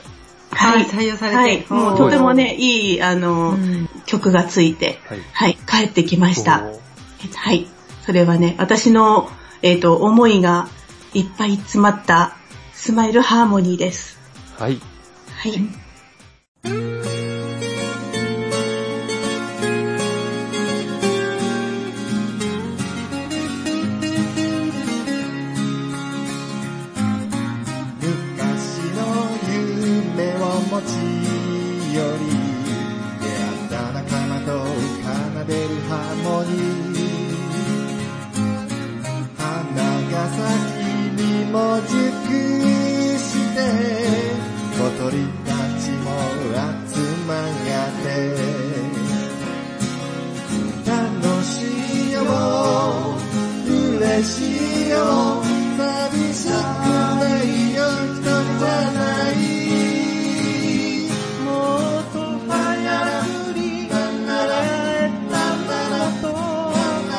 Speaker 3: は、
Speaker 2: はいい
Speaker 3: 採用さ
Speaker 2: は
Speaker 3: れ
Speaker 2: い
Speaker 3: て。、
Speaker 2: もうとてもね、いい、あ
Speaker 3: う
Speaker 2: の、
Speaker 3: ん、
Speaker 2: 曲がついて、
Speaker 1: はい。
Speaker 2: はい、帰ってきました。
Speaker 1: おう
Speaker 2: はい。それはね、私の、えっ、と、思いがいっぱい詰まった、スマイルハーモニーです。
Speaker 1: はい。
Speaker 2: はい。
Speaker 4: 昔の夢を持ちより出会った仲間と奏でるハーモニー花が咲きにも熟して小鳥たちも集まって楽しいよ嬉しいよ寂しくないよ一人じゃないもっと早くに離れたならと嘆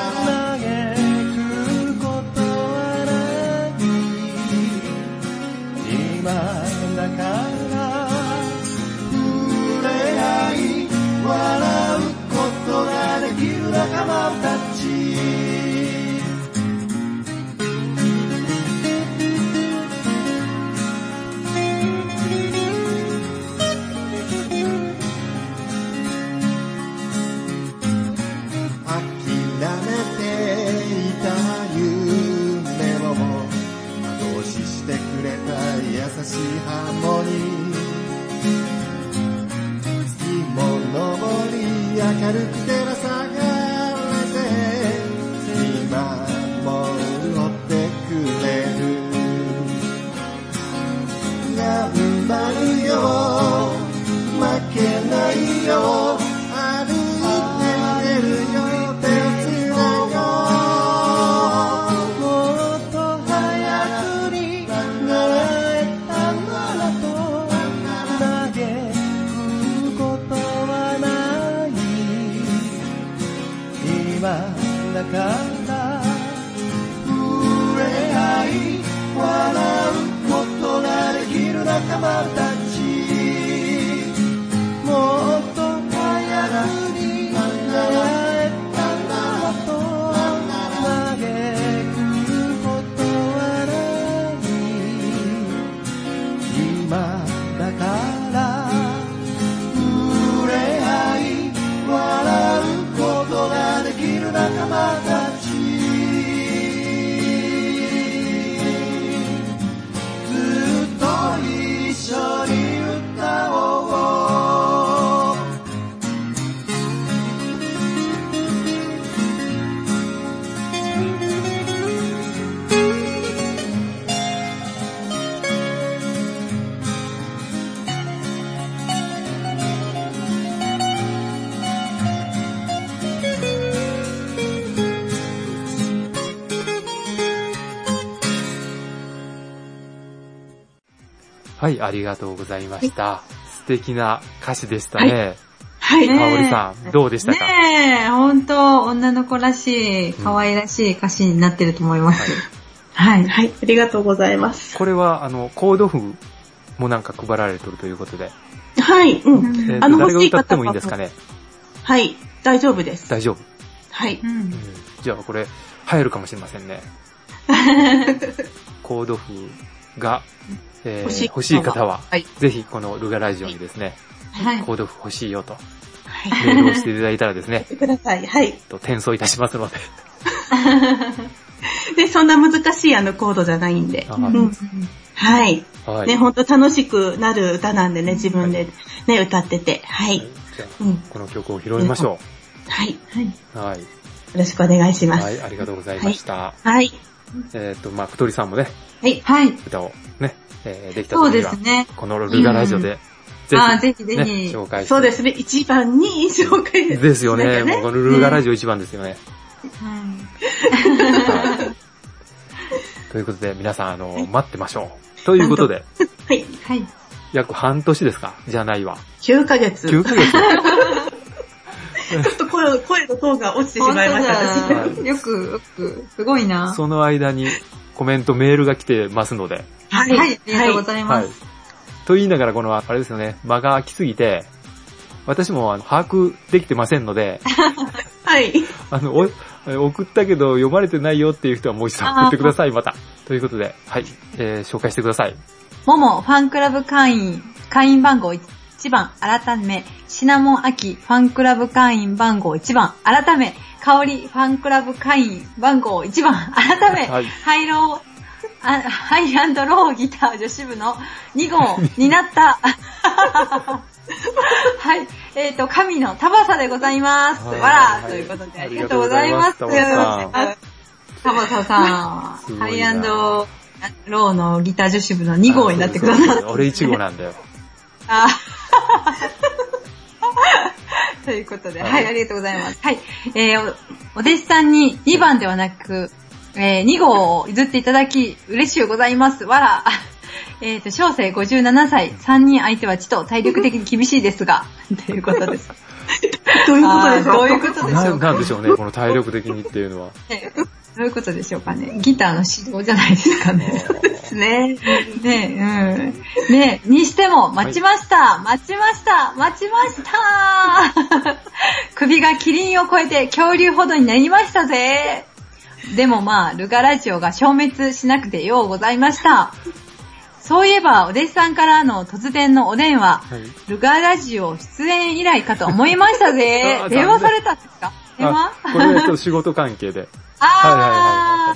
Speaker 4: くことはない今だから触れ合い笑うことができる仲間たちしてくれた優しいハーモニー月も昇り明るく照らされて今も追ってくれる頑張るよ負けないよ歩いてるよ手つなごうもっと早くに習えたならと嘆くことはない今だから触れ合い笑うことができる仲間たちもっと早くに考えたなと嘆くことはない今だから触れ合い笑うことができる仲間たちずっと一緒に歌おう
Speaker 1: はい、ありがとうございました。素敵な歌詞でしたね。
Speaker 2: はい。
Speaker 3: ね
Speaker 1: かおりさん、どうでしたか、
Speaker 3: ねえ、ほんと、女の子らしい、可愛らしい歌詞になってると思います。はい。
Speaker 2: はい。ありがとうございます。
Speaker 1: これは、あの、コード譜もなんか配られてるということで、
Speaker 2: はい。う。
Speaker 3: うん
Speaker 1: えー
Speaker 3: ん
Speaker 1: と
Speaker 2: あの
Speaker 1: 誰が
Speaker 2: 欲しい
Speaker 1: 歌
Speaker 2: 方
Speaker 1: ってもいいんですかね
Speaker 2: はい。大丈夫です。
Speaker 1: 大丈夫、
Speaker 2: はい。
Speaker 3: うん
Speaker 1: うんじゃあこれ、入るかもしれません ね。コード譜が、えー
Speaker 2: 欲しい方は
Speaker 1: 欲しい方は、
Speaker 2: はい
Speaker 1: ぜひこのルガラジオにですね、
Speaker 3: はい。
Speaker 1: コード譜欲しいよと
Speaker 2: はい。
Speaker 1: メールをしていただいたらですね、
Speaker 2: ください。はい。
Speaker 1: と転送いたします ので。
Speaker 2: で、そんな難しいあのコードじゃないんで。
Speaker 1: あ
Speaker 2: うんはい。
Speaker 1: はい
Speaker 2: ね、ほんと楽しくなる歌なんでね、自分でね、歌ってて。はい。
Speaker 1: じゃあ
Speaker 2: うん。
Speaker 1: この曲を拾いましょ
Speaker 2: はい。よ
Speaker 3: はい。
Speaker 1: う。はい。
Speaker 2: ろしくお願いしま
Speaker 1: はい、
Speaker 2: す。
Speaker 1: ありがとうございました。
Speaker 2: はい。
Speaker 1: えっ、と、まあ、くとりさんもね、
Speaker 3: はい。はい。
Speaker 1: 歌をね、えーできた
Speaker 3: そう
Speaker 1: 時
Speaker 3: で
Speaker 1: には、
Speaker 3: すね。
Speaker 1: このルガラジオで、ぜひ、
Speaker 3: あーぜひぜ
Speaker 1: ね、
Speaker 3: ひ。
Speaker 1: 紹介して。
Speaker 2: そうですね。一番に紹介
Speaker 1: ですよね。
Speaker 2: なんか
Speaker 1: もうこのルガラジオ一番ですよね。
Speaker 3: はい
Speaker 1: はい ということで、皆さん、あの、待ってましょう。ということで、
Speaker 2: はい。
Speaker 3: はい。
Speaker 1: 約半年ですかじゃないわ。
Speaker 2: 9ヶ月。
Speaker 1: 9ヶ 月。は
Speaker 2: ちょっと声声のトーンが落ちてしまいました。
Speaker 3: 本
Speaker 2: 私
Speaker 3: 当だよく、よく、すごいな。
Speaker 1: いその間に、コメント、メールが来てますので。
Speaker 3: はい。はい。ありがとうございま
Speaker 1: はい
Speaker 3: す。。
Speaker 1: と言いながら、この、あれですよね、間が空きすぎて、私もあの把握できてませんの で、
Speaker 2: はい。
Speaker 1: あの、おえ送ったけど読まれてないよっていう人はもう一度送ってください、また。ということで、はい、えー紹介してください。
Speaker 3: ももファンクラブ会員、会員番号1番、改め、シナモン秋ファンクラブ会員番号1番、改め、香りファンクラブ会員番号1番、改め、
Speaker 1: はい
Speaker 3: ハイロー、あハイアンドローギター女子部の2号に なった、はい、えっ、と、神のタバサでございます。
Speaker 1: はい
Speaker 3: わら、
Speaker 1: はい
Speaker 3: ということで、
Speaker 1: あ
Speaker 3: あ
Speaker 1: り
Speaker 3: り
Speaker 1: がと
Speaker 3: がと
Speaker 1: う
Speaker 3: う
Speaker 1: ご
Speaker 3: ご
Speaker 1: ざ
Speaker 3: ざ
Speaker 1: い
Speaker 3: い
Speaker 1: ま
Speaker 3: ますす。ありがとうございますタバサさ
Speaker 1: す
Speaker 3: ん、
Speaker 1: ご
Speaker 3: ハ
Speaker 1: い
Speaker 3: イ
Speaker 1: な
Speaker 3: アンドローのギター女子部の2号になってくだ
Speaker 1: あ
Speaker 3: さ
Speaker 1: そ
Speaker 3: っ
Speaker 1: うです俺1号なん だよ。
Speaker 3: あということで、
Speaker 1: は
Speaker 3: はいい、ありがとうございます。はい、えー、おお弟子さんに2番ではなく、えー、2号を譲っていただき、嬉しゅうございます。わら。 えーと、小生57歳、3人相手はちと体力的に厳しいですが、 ということです。
Speaker 2: どういうこと
Speaker 3: あ
Speaker 2: で
Speaker 3: ー
Speaker 2: しょう
Speaker 3: どういうことでし
Speaker 1: な
Speaker 3: ょうか
Speaker 1: なんでしょうね、この体力的にっていうのは。
Speaker 3: ね どういうことでしょうかね。ギターの指導じゃないですかね。
Speaker 1: そうです
Speaker 3: ね。ねうん。ねにしても、待ちました、待ちました待ちました 首がキリンを越えて恐竜ほどになりましたぜでもまあ、ルガラジオが消滅しなくてようございました。そういえば、お弟子さんからの突然のお電話、
Speaker 1: はい。
Speaker 3: ルガラジオ出演以来かと思いました ぜ
Speaker 1: あー残念
Speaker 3: 電話されたんですか電話
Speaker 1: あこれはちょっと仕事関係で。
Speaker 3: あ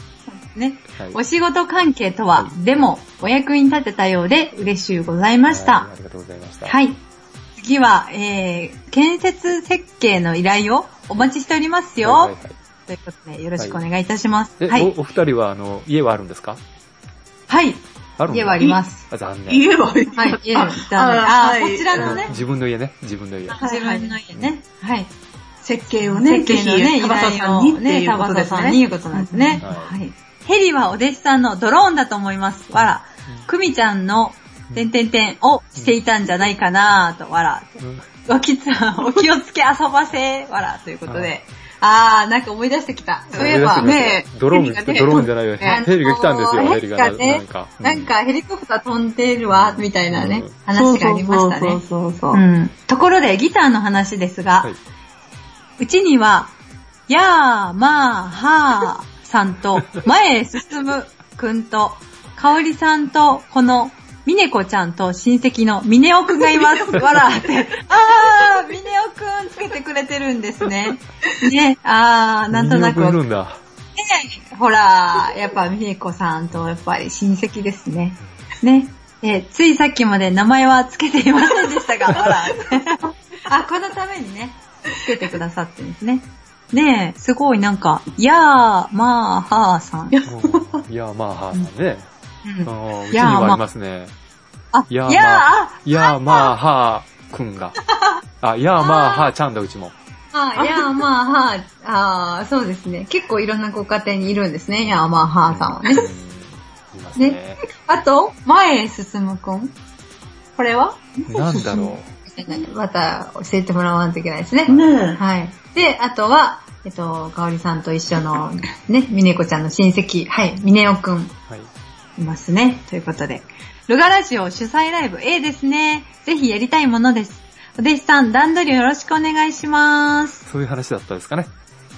Speaker 3: ー、ね。
Speaker 1: はい
Speaker 3: お仕事関係とは
Speaker 1: は、
Speaker 3: でも、お役に立てたようで嬉しゅうございました。
Speaker 1: はいありがとうございました。。
Speaker 3: はいい。次は、えー、建設設計の依頼をお待ちしておりますよ。
Speaker 1: はいはい
Speaker 3: ということで、よろしくお願いいたします。
Speaker 1: え、
Speaker 3: はい。はい。
Speaker 1: おお二人は、あの、家はあるんですかあるんだ
Speaker 3: 家はあります。
Speaker 1: あ残念。
Speaker 2: 言えばいいのか。
Speaker 3: はい。家はあ
Speaker 2: あ
Speaker 3: あ
Speaker 2: はい
Speaker 3: こちらの
Speaker 1: うん
Speaker 3: ね、
Speaker 1: 自分の家ね。自分の家。
Speaker 2: はい
Speaker 3: 自分の家ね。はい。
Speaker 2: 設計をね、
Speaker 3: 設計の
Speaker 2: ぜ
Speaker 3: ね、
Speaker 2: ひ、
Speaker 3: 依
Speaker 2: タバサ
Speaker 3: 頼
Speaker 2: さん
Speaker 3: を
Speaker 2: にって
Speaker 3: ね、
Speaker 2: いう
Speaker 3: タ
Speaker 2: こ
Speaker 3: バ
Speaker 2: と
Speaker 3: サ
Speaker 2: です
Speaker 3: さんに
Speaker 2: ね。
Speaker 3: いうことなんですね。
Speaker 1: は
Speaker 3: はいい。ヘリはお弟子さんのドローンだと思います。わら。クミちゃんの、てんてんてんをしていたんじゃないかなぁと、わら。
Speaker 1: うん
Speaker 3: おきつ、お気をつけ遊ばせ、わら、ということで。あー、なんか思い出してきた。そういえば、
Speaker 1: 思い出して
Speaker 3: ね
Speaker 1: きましたドローン、
Speaker 3: ヘリがね
Speaker 1: ドローンじゃないよ。
Speaker 3: ね
Speaker 1: ヘリが来たんです
Speaker 3: あ
Speaker 1: よ、
Speaker 3: のー
Speaker 1: ヘリがな。
Speaker 3: ヘリがね
Speaker 1: なんか。う
Speaker 3: なん、かヘリコプター飛んでるわ、みたいなね
Speaker 1: うん、
Speaker 3: 話がありました
Speaker 2: そう
Speaker 3: ね。
Speaker 2: そうそうそうう。
Speaker 3: ん。ところで、ギターの話ですが、
Speaker 1: はいう
Speaker 3: ちには、やー、まー、はーさんと、前へ進むくんと、かおりさんと、この、みねこちゃんと親戚のみねおくんがい ます。わらって。あー、みねおくんつけてくれてるんですね。ね、あー、なんとなく
Speaker 1: 見覚えるんだ。
Speaker 3: ねほら、やっぱみねこさんとやっぱり親戚ですね。ね。えついさっきまで名前は付けていませんでし たが、ほら。 あ、このためにね、つけてくださってるんですね。ねえ、すごいなんか、やー、まー、はーさん。
Speaker 1: うんい や、まあ、はあさんね。
Speaker 3: うん
Speaker 1: あーうちに
Speaker 3: やー
Speaker 1: は
Speaker 3: ま
Speaker 1: あ
Speaker 3: あ
Speaker 1: りますね。
Speaker 3: あ、
Speaker 1: いやー
Speaker 3: やー、あ
Speaker 1: いやー、まあ、はあ、くんが。あ、いやー、まあ、はあ、ちゃんだ、うちも。
Speaker 3: あ、やー、まー、はー、あー、そうですね。結構いろんなご家庭にいるんですね、やー、まー、はーさんはね。
Speaker 1: うんいますね。
Speaker 3: あと、前へ進むくん。これは
Speaker 1: なんだろ
Speaker 3: また教えてもらわないといけないですね。
Speaker 2: ね
Speaker 3: はい。で、あとは、えっと、かおりさんと一緒の、ね、みねこちゃんの親戚、はい、みねおくん、
Speaker 1: う。はい。
Speaker 3: いますね。ということで。ルガラジオ主催ライブ A ですね。ぜひやりたいものです。お弟子さん、段取りよろしくお願いします。
Speaker 1: そういう話だったですかね。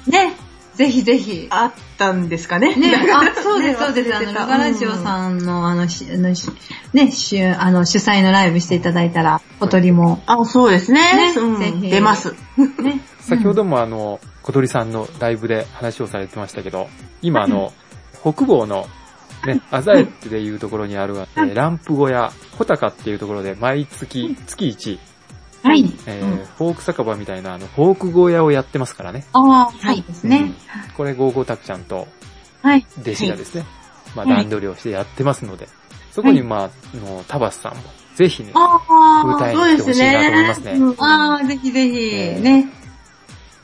Speaker 3: ね、ぜひぜひ
Speaker 2: え。あったんですかね。
Speaker 3: ね、
Speaker 2: なんか
Speaker 3: あ、そうです、そうです。あの、ルガラジオさんの、あの、しあのしね、しゅあの主催のライブしていただいたら、おとりも、
Speaker 2: あ、そうです
Speaker 3: ね
Speaker 2: ね。うん
Speaker 3: ぜひ
Speaker 2: 出ます。
Speaker 3: ね。
Speaker 1: 先ほどもあの、小鳥さんのライブで話をされてましたけど、今あの、北房の、ね、アザエっていうところにある、えーランプ小屋、ホタカっていうところで、毎月、月1、
Speaker 3: うん。はい。
Speaker 1: えーフォーク酒場みたいな、あの、フォーク小屋をやってますからね。
Speaker 3: ああ、そうですね。
Speaker 1: うんこれ、ゴーゴータクちゃんと、
Speaker 3: はい。
Speaker 1: 弟子がですね、まあ、
Speaker 3: はい
Speaker 1: 段取りをしてやってますので、そこに、まあ、あの、タバスさんも、ぜひね、
Speaker 3: ああー
Speaker 1: 歌いに来てほしいなと思いますね。
Speaker 2: うん
Speaker 3: ああ、ぜひぜひ、
Speaker 1: えー
Speaker 3: ね。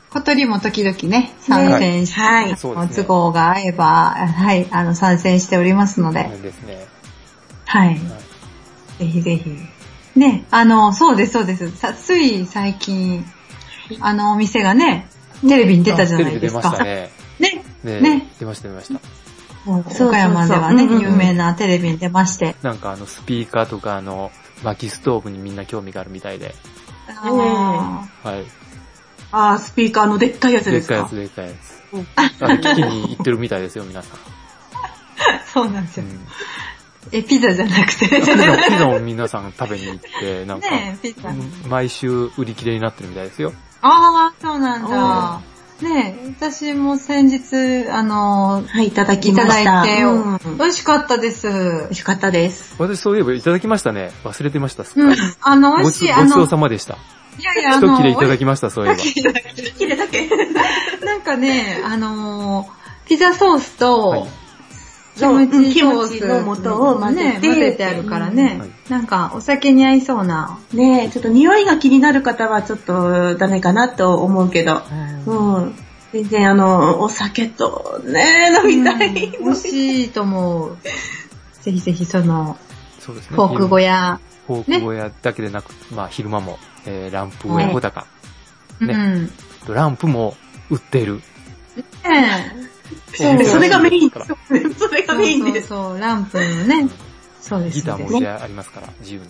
Speaker 3: 小鳥も時々ね、参戦して、
Speaker 2: はい
Speaker 1: そう
Speaker 3: お
Speaker 1: です
Speaker 3: 都
Speaker 1: ね
Speaker 3: 合が合えば、はい、あの、参戦しておりますの
Speaker 1: そ
Speaker 3: で、
Speaker 1: うですね。
Speaker 3: はい。
Speaker 1: はい
Speaker 3: ぜひぜひ。ね、あの、そうです、そうです。さ、つい最近、あの、お店がね、テレビに出たじゃないです
Speaker 1: あ
Speaker 3: か。
Speaker 1: テレ
Speaker 3: ね、
Speaker 1: ビ出ましたね。ね
Speaker 3: ね
Speaker 1: 出ました、出ました。
Speaker 3: もう
Speaker 2: そうそう
Speaker 3: 岡山ではね、
Speaker 2: うんうんうん
Speaker 3: 有名なテレビに出まして、
Speaker 1: なんかあのスピーカーとかあの薪ストーブにみんな興味があるみたいで。
Speaker 3: あの
Speaker 1: はい。
Speaker 2: あー、スピーカーのでっかいやつ
Speaker 1: で
Speaker 2: で
Speaker 1: っ
Speaker 2: す
Speaker 1: かいや
Speaker 2: か
Speaker 1: つ、。でっかいやつ。あの聞きに行ってるみたいですよ、皆さん。
Speaker 3: そうなんです
Speaker 1: う
Speaker 3: よ。
Speaker 1: ん。
Speaker 3: え、ピザじゃなくて。
Speaker 1: ピザピザを皆さん食べに行って、なんか、
Speaker 3: ねピザ。
Speaker 1: 毎週売り切れになってるみたいですよ。
Speaker 3: ああ、そうなんだ。ねえ、私も先日、あの、
Speaker 2: はい、いただき
Speaker 3: い
Speaker 2: ま
Speaker 3: た
Speaker 2: した。
Speaker 3: だいて、
Speaker 2: うん
Speaker 3: 美味しかったです。
Speaker 2: 美味しかったです。
Speaker 1: 私そういえばいただきましたね。忘れてました。すっ
Speaker 3: う
Speaker 1: か
Speaker 3: ん
Speaker 1: り。、
Speaker 3: あの、美
Speaker 1: ご
Speaker 3: 味し
Speaker 1: ち
Speaker 3: い、あ
Speaker 1: ごちそ
Speaker 3: の、
Speaker 1: うさまでした。
Speaker 3: いやいや、あの、
Speaker 1: 一切れいただ
Speaker 3: き
Speaker 1: きました、そういえば。
Speaker 2: 切れだけ。
Speaker 3: なんかね、あの、ピザソースと、
Speaker 1: はい
Speaker 3: キム
Speaker 2: うん
Speaker 3: チ
Speaker 2: キ
Speaker 3: ソー
Speaker 2: ム
Speaker 3: ス、
Speaker 2: チの素を混ぜて
Speaker 3: ね混ぜてあるからね、
Speaker 1: はい
Speaker 3: なんかお酒に合いそうな、
Speaker 2: ねえ、ちょっと匂いが気になる方はちょっとダメかなと思うけど。うん。全然あの、お酒とね、飲みた い。
Speaker 3: うん美味しいと思う。ぜひぜひその、
Speaker 1: そうですね。
Speaker 3: フォーク小屋、
Speaker 1: フォーク小屋だけでなく、まあ昼間も、えー、ランプ小屋
Speaker 3: はい
Speaker 1: 穂高。
Speaker 3: うん。
Speaker 1: ねランプも売っている。
Speaker 3: ねえ
Speaker 2: そうそれがメイン
Speaker 1: から。
Speaker 2: それがメインです。
Speaker 3: そうそうそう、ランプのね。そうです
Speaker 1: ギターも
Speaker 3: そう
Speaker 1: 置いてありますから、自由に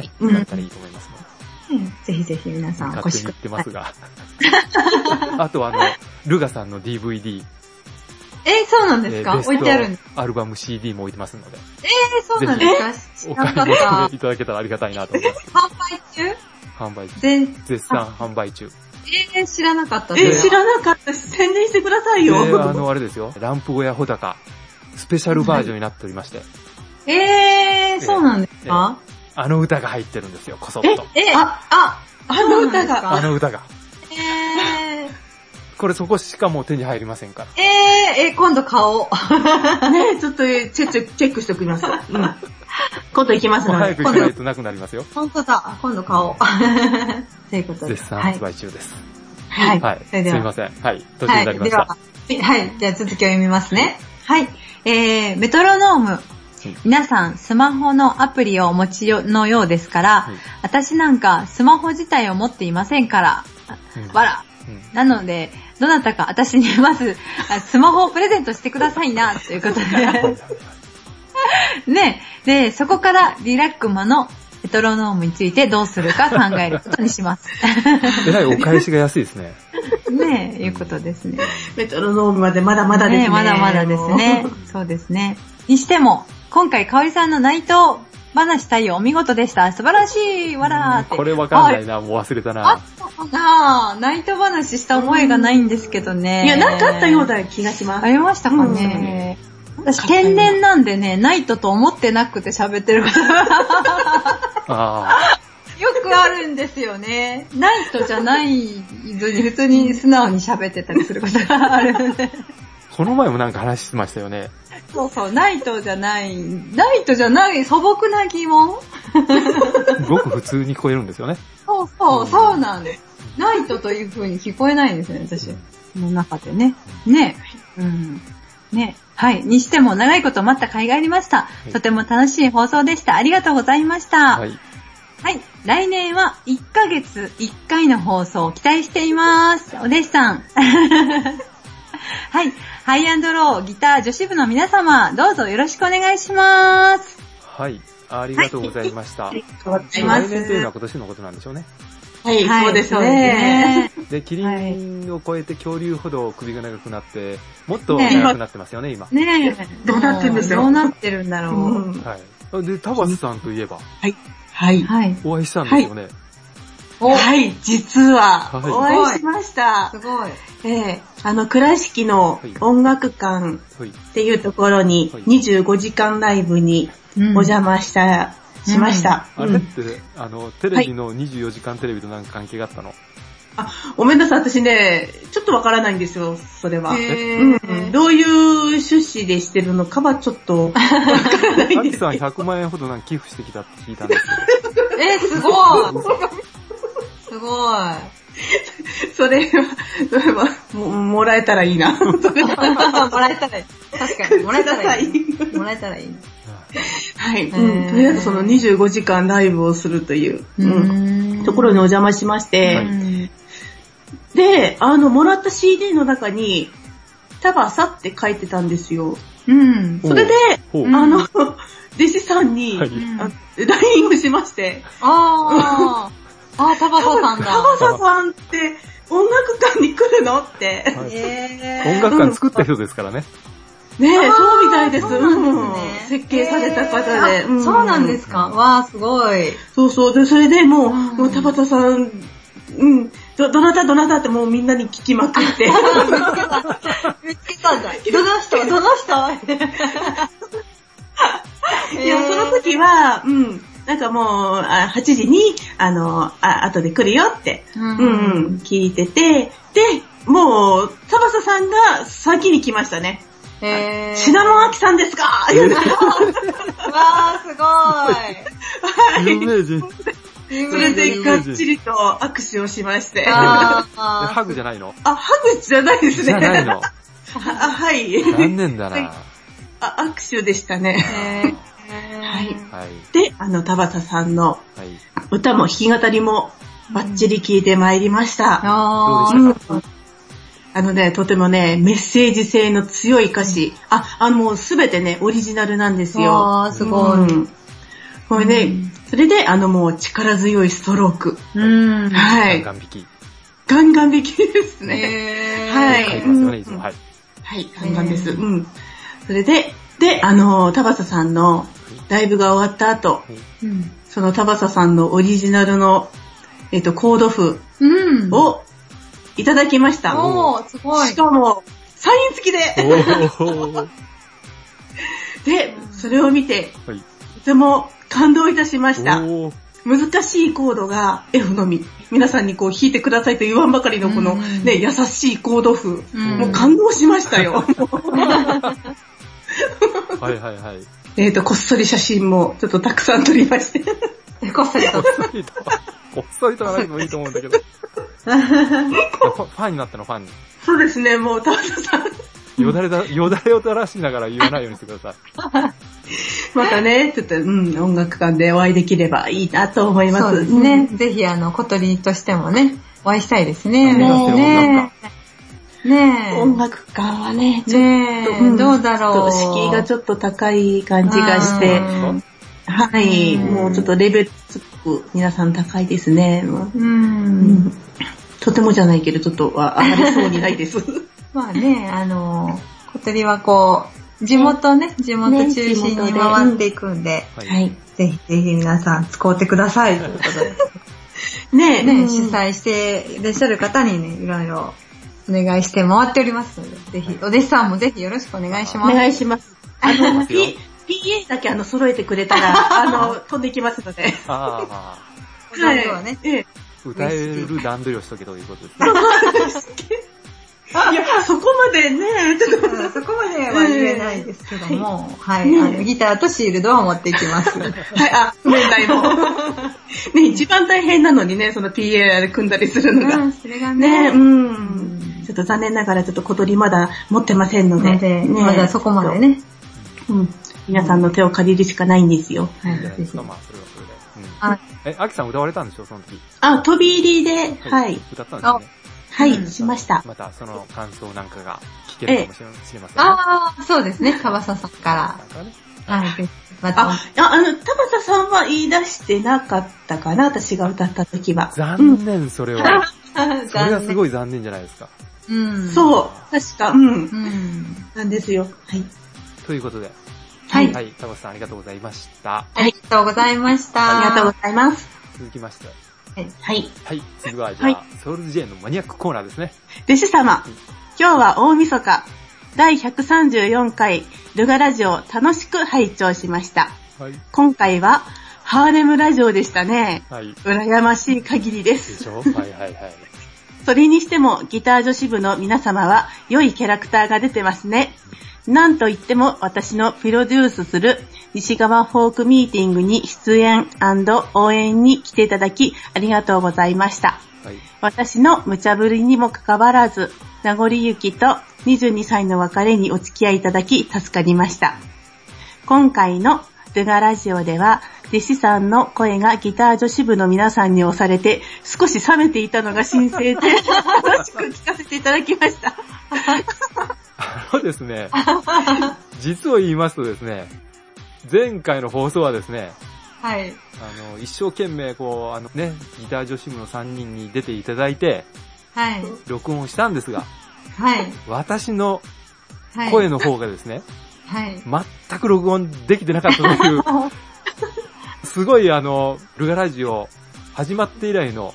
Speaker 1: ね、
Speaker 2: うん
Speaker 1: やったらいいと思いますね。
Speaker 3: ですねぜひぜひ皆さんお
Speaker 1: 勝
Speaker 3: 越
Speaker 1: 手に
Speaker 3: し
Speaker 1: 言
Speaker 3: く
Speaker 1: って
Speaker 3: だ
Speaker 1: ま
Speaker 3: さ
Speaker 1: す
Speaker 3: い。
Speaker 1: が。あとあの、ルガさんの DVD、
Speaker 3: え、そうなん
Speaker 1: え
Speaker 3: です
Speaker 1: ー
Speaker 3: か
Speaker 1: ベ
Speaker 3: 置いてあるん
Speaker 1: ストアルバム CD も置いてますので、
Speaker 3: え、そうなんです
Speaker 1: お
Speaker 3: か
Speaker 1: 買
Speaker 3: 知
Speaker 1: い
Speaker 3: らなか
Speaker 1: 求
Speaker 3: っ
Speaker 1: めいただけたらありがたいなと思います。
Speaker 3: た。販売中
Speaker 1: 販売中。
Speaker 3: 全、
Speaker 1: 絶賛販売中。
Speaker 3: えー、知らなかった。
Speaker 2: え、
Speaker 1: で
Speaker 2: 知らなかったし、宣伝してください
Speaker 1: で、
Speaker 2: よ。
Speaker 1: あの、あれですよ、ランプ小屋穂高、ススペシャルバージョンになっておりまして、
Speaker 3: えー、そうなんですか
Speaker 1: あの歌が入ってるんですよ、こそっ
Speaker 2: え
Speaker 1: と。
Speaker 3: え
Speaker 2: あ、あ、あの歌
Speaker 3: そう
Speaker 2: が。
Speaker 1: あ
Speaker 3: なんですか
Speaker 1: の歌が。
Speaker 3: えー、
Speaker 1: これそこしかもう手に入りませんから。
Speaker 3: えー、えー、今度買おう。
Speaker 2: ね、ちょっとチェック、チェックしておきます。うん。今度行きます
Speaker 1: もう
Speaker 2: の
Speaker 1: 早く。
Speaker 2: で
Speaker 1: 行かないとなくなりますよ。
Speaker 3: 本当だ。今度買おう。 ということで。
Speaker 1: 絶賛
Speaker 3: はい
Speaker 1: 発。売中です。
Speaker 3: はい。
Speaker 1: はい。
Speaker 3: そ
Speaker 1: す
Speaker 3: れ
Speaker 1: い
Speaker 3: では
Speaker 1: ません。はい。途中
Speaker 3: は
Speaker 1: になりました。
Speaker 3: い、では、はい、じゃあ続きを読みますね。はい、えー、メトロノーム。皆さん、スマホのアプリをお持ちよのようですから、
Speaker 1: うん
Speaker 3: 私なんかスマホ自体を持っていませんから、
Speaker 1: うん
Speaker 3: わら。
Speaker 1: うん
Speaker 3: なので、どなたか私にまず、あスマホをプレゼントしてくださいな、ということで。ね、で、そこからリラックマのメトロノームについてどうするか考えることにします。
Speaker 1: えらいお返しが安いですね。
Speaker 3: ね、いうことですね。
Speaker 2: メトロノームまでまだまだですね。
Speaker 3: まだまだです ね。そうですね。にしても、今回、かおりさんの内藤話対応お見事でした。素晴らしいわらーって。
Speaker 1: これわかんない
Speaker 3: あ。
Speaker 1: な、もう忘れた
Speaker 3: あっ
Speaker 1: な。
Speaker 3: たかな内藤話した覚えがないんですけどね。
Speaker 2: いや、なんかあったような気がします
Speaker 3: あ。りましたかね。私、天然なんでね、ナイトと思ってなくて喋ってること が
Speaker 1: あ
Speaker 3: よくあるんですよね。 ナイトじゃないのに、普通に素直に喋ってたりすることがあるんで。
Speaker 1: ーこの前もなんか話してましたよね。
Speaker 3: そうそう、ナイトじゃない、ナイトじゃない素朴な疑問
Speaker 1: ごく普通に聞こえるんですよね。
Speaker 3: そうそう、そうなんです。ナイトという風に聞こえないんですよね、私。の中でね。ね。うん。ね。はい。にしても長いこと待った甲斐がありました。
Speaker 1: い
Speaker 3: とても楽しい放送でした。ありがとうございました。
Speaker 1: は
Speaker 3: はい。
Speaker 1: い。
Speaker 3: 来年は1ヶ月1回の放送を期待しています。お弟子さん。 はい。ハイアンドローギター女子部の皆様、どうぞよろしくお願いします。
Speaker 1: はい。ありがとうございました。来
Speaker 2: 変わっています。
Speaker 1: 年というのは今年のことなんでしょうね。
Speaker 2: はい、そうですね。。
Speaker 1: で、キリンを超えて恐竜ほど首が長くなって、もっと
Speaker 3: ね
Speaker 1: 長くなってますよね、今。
Speaker 3: ねえ。
Speaker 2: どうなってんでしょう
Speaker 3: どうなってるんだろ
Speaker 2: う
Speaker 3: う。
Speaker 2: ん
Speaker 1: はい。で、タバスさんといえば、
Speaker 2: はい。
Speaker 3: はい。
Speaker 1: お会いしたんですよね。
Speaker 3: お
Speaker 2: はい、実は、
Speaker 1: はい
Speaker 2: お会いしました。
Speaker 3: ごい。
Speaker 2: ええあの、倉敷の音楽館
Speaker 1: はい。
Speaker 2: っていうところに、
Speaker 1: はい
Speaker 2: 25時間ライブに
Speaker 3: うん
Speaker 2: お邪魔した、しました、
Speaker 1: あ
Speaker 2: う
Speaker 1: れっ
Speaker 2: ん
Speaker 1: て、あの、テレビの24時間テレビとなんか関係があったの
Speaker 2: ごめんなさい、私ね、ちょっとわからないんですよ、それは。
Speaker 3: へ
Speaker 2: うん
Speaker 3: ー
Speaker 2: どういう趣旨でしてるのかはちょっとわからない
Speaker 1: ア
Speaker 2: んで
Speaker 1: リ
Speaker 2: す
Speaker 1: さん100万円ほどなんか寄付してきたって聞いたんです
Speaker 3: え、すごい。すごい。
Speaker 2: それは、それはも、もらえたらいいな。それは
Speaker 3: もらえたらいい。確かに、もらえたらいい。もらえたらいい。
Speaker 2: はい、
Speaker 3: へ
Speaker 2: うん。
Speaker 3: ー
Speaker 2: とりあえずその25時間ライブをするという、うん
Speaker 3: ん
Speaker 2: ところにお邪魔しまし
Speaker 1: は
Speaker 2: て、
Speaker 1: い
Speaker 2: で、あの、もらった CD の中に、タバサって書いてたんですよ。
Speaker 3: うん。
Speaker 1: お
Speaker 2: それで、
Speaker 1: ほう。
Speaker 3: ん
Speaker 1: は
Speaker 2: あの、 弟子さんに、
Speaker 1: い。
Speaker 2: あ LINE をしまして、
Speaker 3: あー。あー、タバコさん
Speaker 2: タ
Speaker 3: だ。
Speaker 2: バサさんって音楽館に来るのって。
Speaker 1: はい
Speaker 3: え
Speaker 1: 音楽館作った人ですからね。
Speaker 2: ねえ、
Speaker 3: あー
Speaker 2: そうみたいです。
Speaker 3: そうなん
Speaker 2: う
Speaker 3: ですね
Speaker 2: ん設計された方で。ん
Speaker 3: そうなんですか。わあ、すごい。
Speaker 2: そうそう。で、それでもう、
Speaker 3: うん
Speaker 2: もう田畑さん、うん、ど、どなたどなたってもうみんなに聞きまく って、
Speaker 3: 見つけたんだ。どの 人どの人
Speaker 2: いや、その時は、うん、なんかもう、あ8時に、あの、あ、後で来るよって、
Speaker 3: う
Speaker 2: うん、うん
Speaker 3: ん。、
Speaker 2: 聞いてて、で、もう、田畑さんが先に来ましたね。
Speaker 3: えー。
Speaker 2: シナモンアキさんですか
Speaker 3: わあ、
Speaker 1: 有名人。
Speaker 3: す ごい。
Speaker 2: それでがっちりと握手をしまして。あ、
Speaker 3: あ
Speaker 1: え
Speaker 3: あ。
Speaker 1: ハグじゃないの
Speaker 2: ハグ じゃないですね。
Speaker 1: じゃないの。
Speaker 2: あ、はい。
Speaker 1: 残念だな。
Speaker 2: あ、握手でしたね。
Speaker 3: え
Speaker 2: はい
Speaker 1: はい。
Speaker 2: で、あの、田畑さんの
Speaker 1: はい。
Speaker 2: 歌も弾き語りもバッチリ聴いてまいりました。
Speaker 3: あ
Speaker 1: どう
Speaker 2: う
Speaker 1: で
Speaker 2: ん
Speaker 1: し
Speaker 2: あのね、とてもね、メッセージ性の強い歌詞。あ、あ、もうすべてね、オリジナルなんですよ。
Speaker 3: あーすごい。
Speaker 2: うんこれね、
Speaker 3: うん
Speaker 2: それで、あのもう力強いストローク。
Speaker 3: うん。
Speaker 2: は
Speaker 1: ガン
Speaker 2: い
Speaker 1: ガ。ン引き。
Speaker 2: ガンガン弾きですね。
Speaker 3: ね
Speaker 2: は
Speaker 1: 書い
Speaker 2: い
Speaker 1: てますよね、いつも。はい。
Speaker 2: はい、ガンガンです。
Speaker 3: えー
Speaker 2: うん。それで、で、あの、田畑さんのライブが終わった後、
Speaker 3: うん。
Speaker 2: その田畑さんのオリジナルの、えっ、と、コード譜
Speaker 3: うん。お
Speaker 2: をいただきました。
Speaker 3: ーすごい
Speaker 2: し。かも、サイン付きで、
Speaker 1: おー
Speaker 2: で、それを見て、
Speaker 1: はい。
Speaker 2: とても感動いたしました。
Speaker 1: おー
Speaker 2: 難しいコードが F のみ。皆さんにこう弾いてくださいと言わんばかりのこの
Speaker 3: うん
Speaker 2: ね、優しいコード譜。
Speaker 3: うん
Speaker 2: もう感動しましたよ。
Speaker 1: はいはいはい。
Speaker 2: えっと、こっそり写真もちょっとたくさん撮りまして。
Speaker 3: こっそりと。
Speaker 1: こっそりと、こっそりとかなくてもいいと思うんだけど。ファファンになったの、ファンに。
Speaker 2: そうですね、もう、田畑さん、
Speaker 1: よだれだ、よだれを垂らしながら言わないようにしてくだ さい。
Speaker 2: またね、ちょっと、うん、音楽館でお会いできればいいなと思います。
Speaker 3: そうですね。ぜひ、あの、小鳥としてもね、お会いしたいですね。
Speaker 1: 目指せ
Speaker 3: ねえ。
Speaker 2: う
Speaker 3: ね
Speaker 2: ん。音楽館はね、
Speaker 3: え。
Speaker 2: ちょっ
Speaker 3: ね
Speaker 2: と、
Speaker 3: え。どうだろう。
Speaker 2: 敷居がちょっと高い感じがし
Speaker 3: えう、
Speaker 2: て
Speaker 3: ん
Speaker 2: はい、
Speaker 3: うん
Speaker 2: もうちょっとレベルすごく皆さん高いですね。もう
Speaker 3: う
Speaker 2: うん
Speaker 3: ん。
Speaker 2: とてもじゃないけど、ちょっとは上がりそうにないです。
Speaker 3: まあね、あの、小鳥はこう、地元ね、地元
Speaker 2: ね
Speaker 3: 中心
Speaker 2: 地元
Speaker 3: に
Speaker 2: で
Speaker 3: 回っていくんで、
Speaker 1: は
Speaker 2: は。い。
Speaker 3: ぜひぜひ皆さん使ってくださいということで。
Speaker 2: ねえ、
Speaker 3: ね、
Speaker 2: うん
Speaker 3: 主催していらっしゃる方にね、いろいろお願いして回っておりますので、ぜひ、お弟子さんもぜひよろしくお願いし
Speaker 2: お
Speaker 3: ます。
Speaker 2: 願いします。あ
Speaker 1: いま
Speaker 2: の、
Speaker 1: すよ
Speaker 2: P、PA だけあの、揃えてくれたら、あの、飛んできますので。
Speaker 1: ああ、
Speaker 3: お道具はね。
Speaker 2: ええ
Speaker 1: 歌える段取りをしとけということですね。
Speaker 2: いや、そこまでね、ちょっと、
Speaker 3: うんそこまでは言えないですけども、はい、あの、ギターとシールドは持っていきます。
Speaker 2: はい、あ、譜面台も。ね、一番大変なのにね、その PA で組んだりするの
Speaker 3: う
Speaker 2: が
Speaker 3: ん。それが
Speaker 2: ね、
Speaker 3: ね、
Speaker 2: う
Speaker 3: うん
Speaker 2: ん。ちょっと残念ながら、ちょっと小鳥まだ持ってませんので、
Speaker 3: ので、
Speaker 2: ね
Speaker 3: まだそこまで。ね、
Speaker 2: うん。皆さんの手を借りるしかないんですよ。
Speaker 1: い
Speaker 3: はい
Speaker 1: ん
Speaker 3: い、
Speaker 1: じゃな
Speaker 3: ぜ
Speaker 1: いです
Speaker 3: ひ
Speaker 1: か、。まあ、それはそれで。
Speaker 3: はい
Speaker 1: うん。え、アキさん歌われたんでしょ、その時。
Speaker 2: あ、飛び入りで、はい。
Speaker 1: 歌ったんですね。
Speaker 2: は
Speaker 3: う
Speaker 2: い、
Speaker 3: ん
Speaker 2: しました。
Speaker 1: また、その感想なんかが聞けるかもしれ知れませんね。
Speaker 3: ああ、そうですね、かばささんか
Speaker 1: なんかね
Speaker 3: ら。はい、ぜひ、また
Speaker 2: あ、ああの、田畑さんは言い出してなかったかな、私が歌った時は。
Speaker 1: 残念、それは。それがす
Speaker 3: い。
Speaker 1: ごい残念じゃないですか。
Speaker 3: うん。
Speaker 2: そう、確か、うん
Speaker 3: う。ん。
Speaker 2: なんですよ。はい。
Speaker 1: ということで、
Speaker 3: はい。
Speaker 1: はい、タバさんありがとうございました。
Speaker 3: ありがとうございました。
Speaker 2: ありがとうございます。
Speaker 1: 続きまして、
Speaker 2: はい。
Speaker 1: はい、次はじゃあ、
Speaker 2: は
Speaker 1: ソウル J のマニアックコーナーですね。
Speaker 2: 弟子様、今日は大晦日、第134回、ルガラジオを楽しく拝聴しました。
Speaker 1: はい。
Speaker 2: 今回は、ハーレムラジオでしたね。
Speaker 1: はい。で
Speaker 2: 羨ましい限りです。
Speaker 1: しょはいはいはい。
Speaker 2: それにしてもギター女子部の皆様は良いキャラクターが出てますね。なんといっても私のプロデュースする西川フォークミーティングに出演応援に来ていただきありがとうございました。
Speaker 1: はい。
Speaker 2: 私の無茶ぶりにもかかわらず、名残ゆきと22歳の別れにお付き合いいただき助かりました。今回のルガラジオでは、弟子さんの声がギター女子部の皆さんに押されて、少し冷めていたのが新鮮で、楽しく聞かせていただきました。
Speaker 1: あのです ね、実を言いますとですね、前回の放送はですね、
Speaker 3: はい。
Speaker 1: あの、一生懸命こう、あのね、ギター女子部の3人に出ていただいて、
Speaker 3: はい。
Speaker 1: 録音したんですが、
Speaker 3: はい。
Speaker 1: 私の
Speaker 3: はい。
Speaker 1: 声の方がですね、
Speaker 3: はい。
Speaker 1: 全く録音できてなかったと いう、すごいあの、ルガラジオ始まって以来の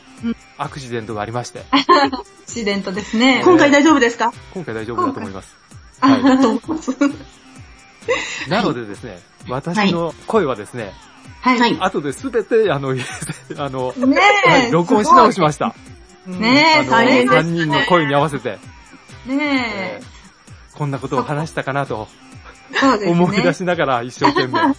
Speaker 1: アクシデントがありまして、
Speaker 3: アクシデントですね。
Speaker 2: 今回大丈夫ですか
Speaker 1: 今回大丈夫だと思います。
Speaker 3: 今回
Speaker 1: は
Speaker 2: と思います。
Speaker 1: い。なのでですね、私の声はですね、
Speaker 3: はい。
Speaker 2: はい
Speaker 1: 後で全て、あの、 あの、
Speaker 3: ねえ、
Speaker 1: はい録音し直しました。
Speaker 3: ねえ
Speaker 1: あの、
Speaker 3: 大変で
Speaker 1: 3
Speaker 3: す
Speaker 1: 人の声に合わせて、
Speaker 3: すごい。ね
Speaker 1: こんなことを話したかなと
Speaker 3: え、そうですね。
Speaker 1: 思い出しながら一生懸 命。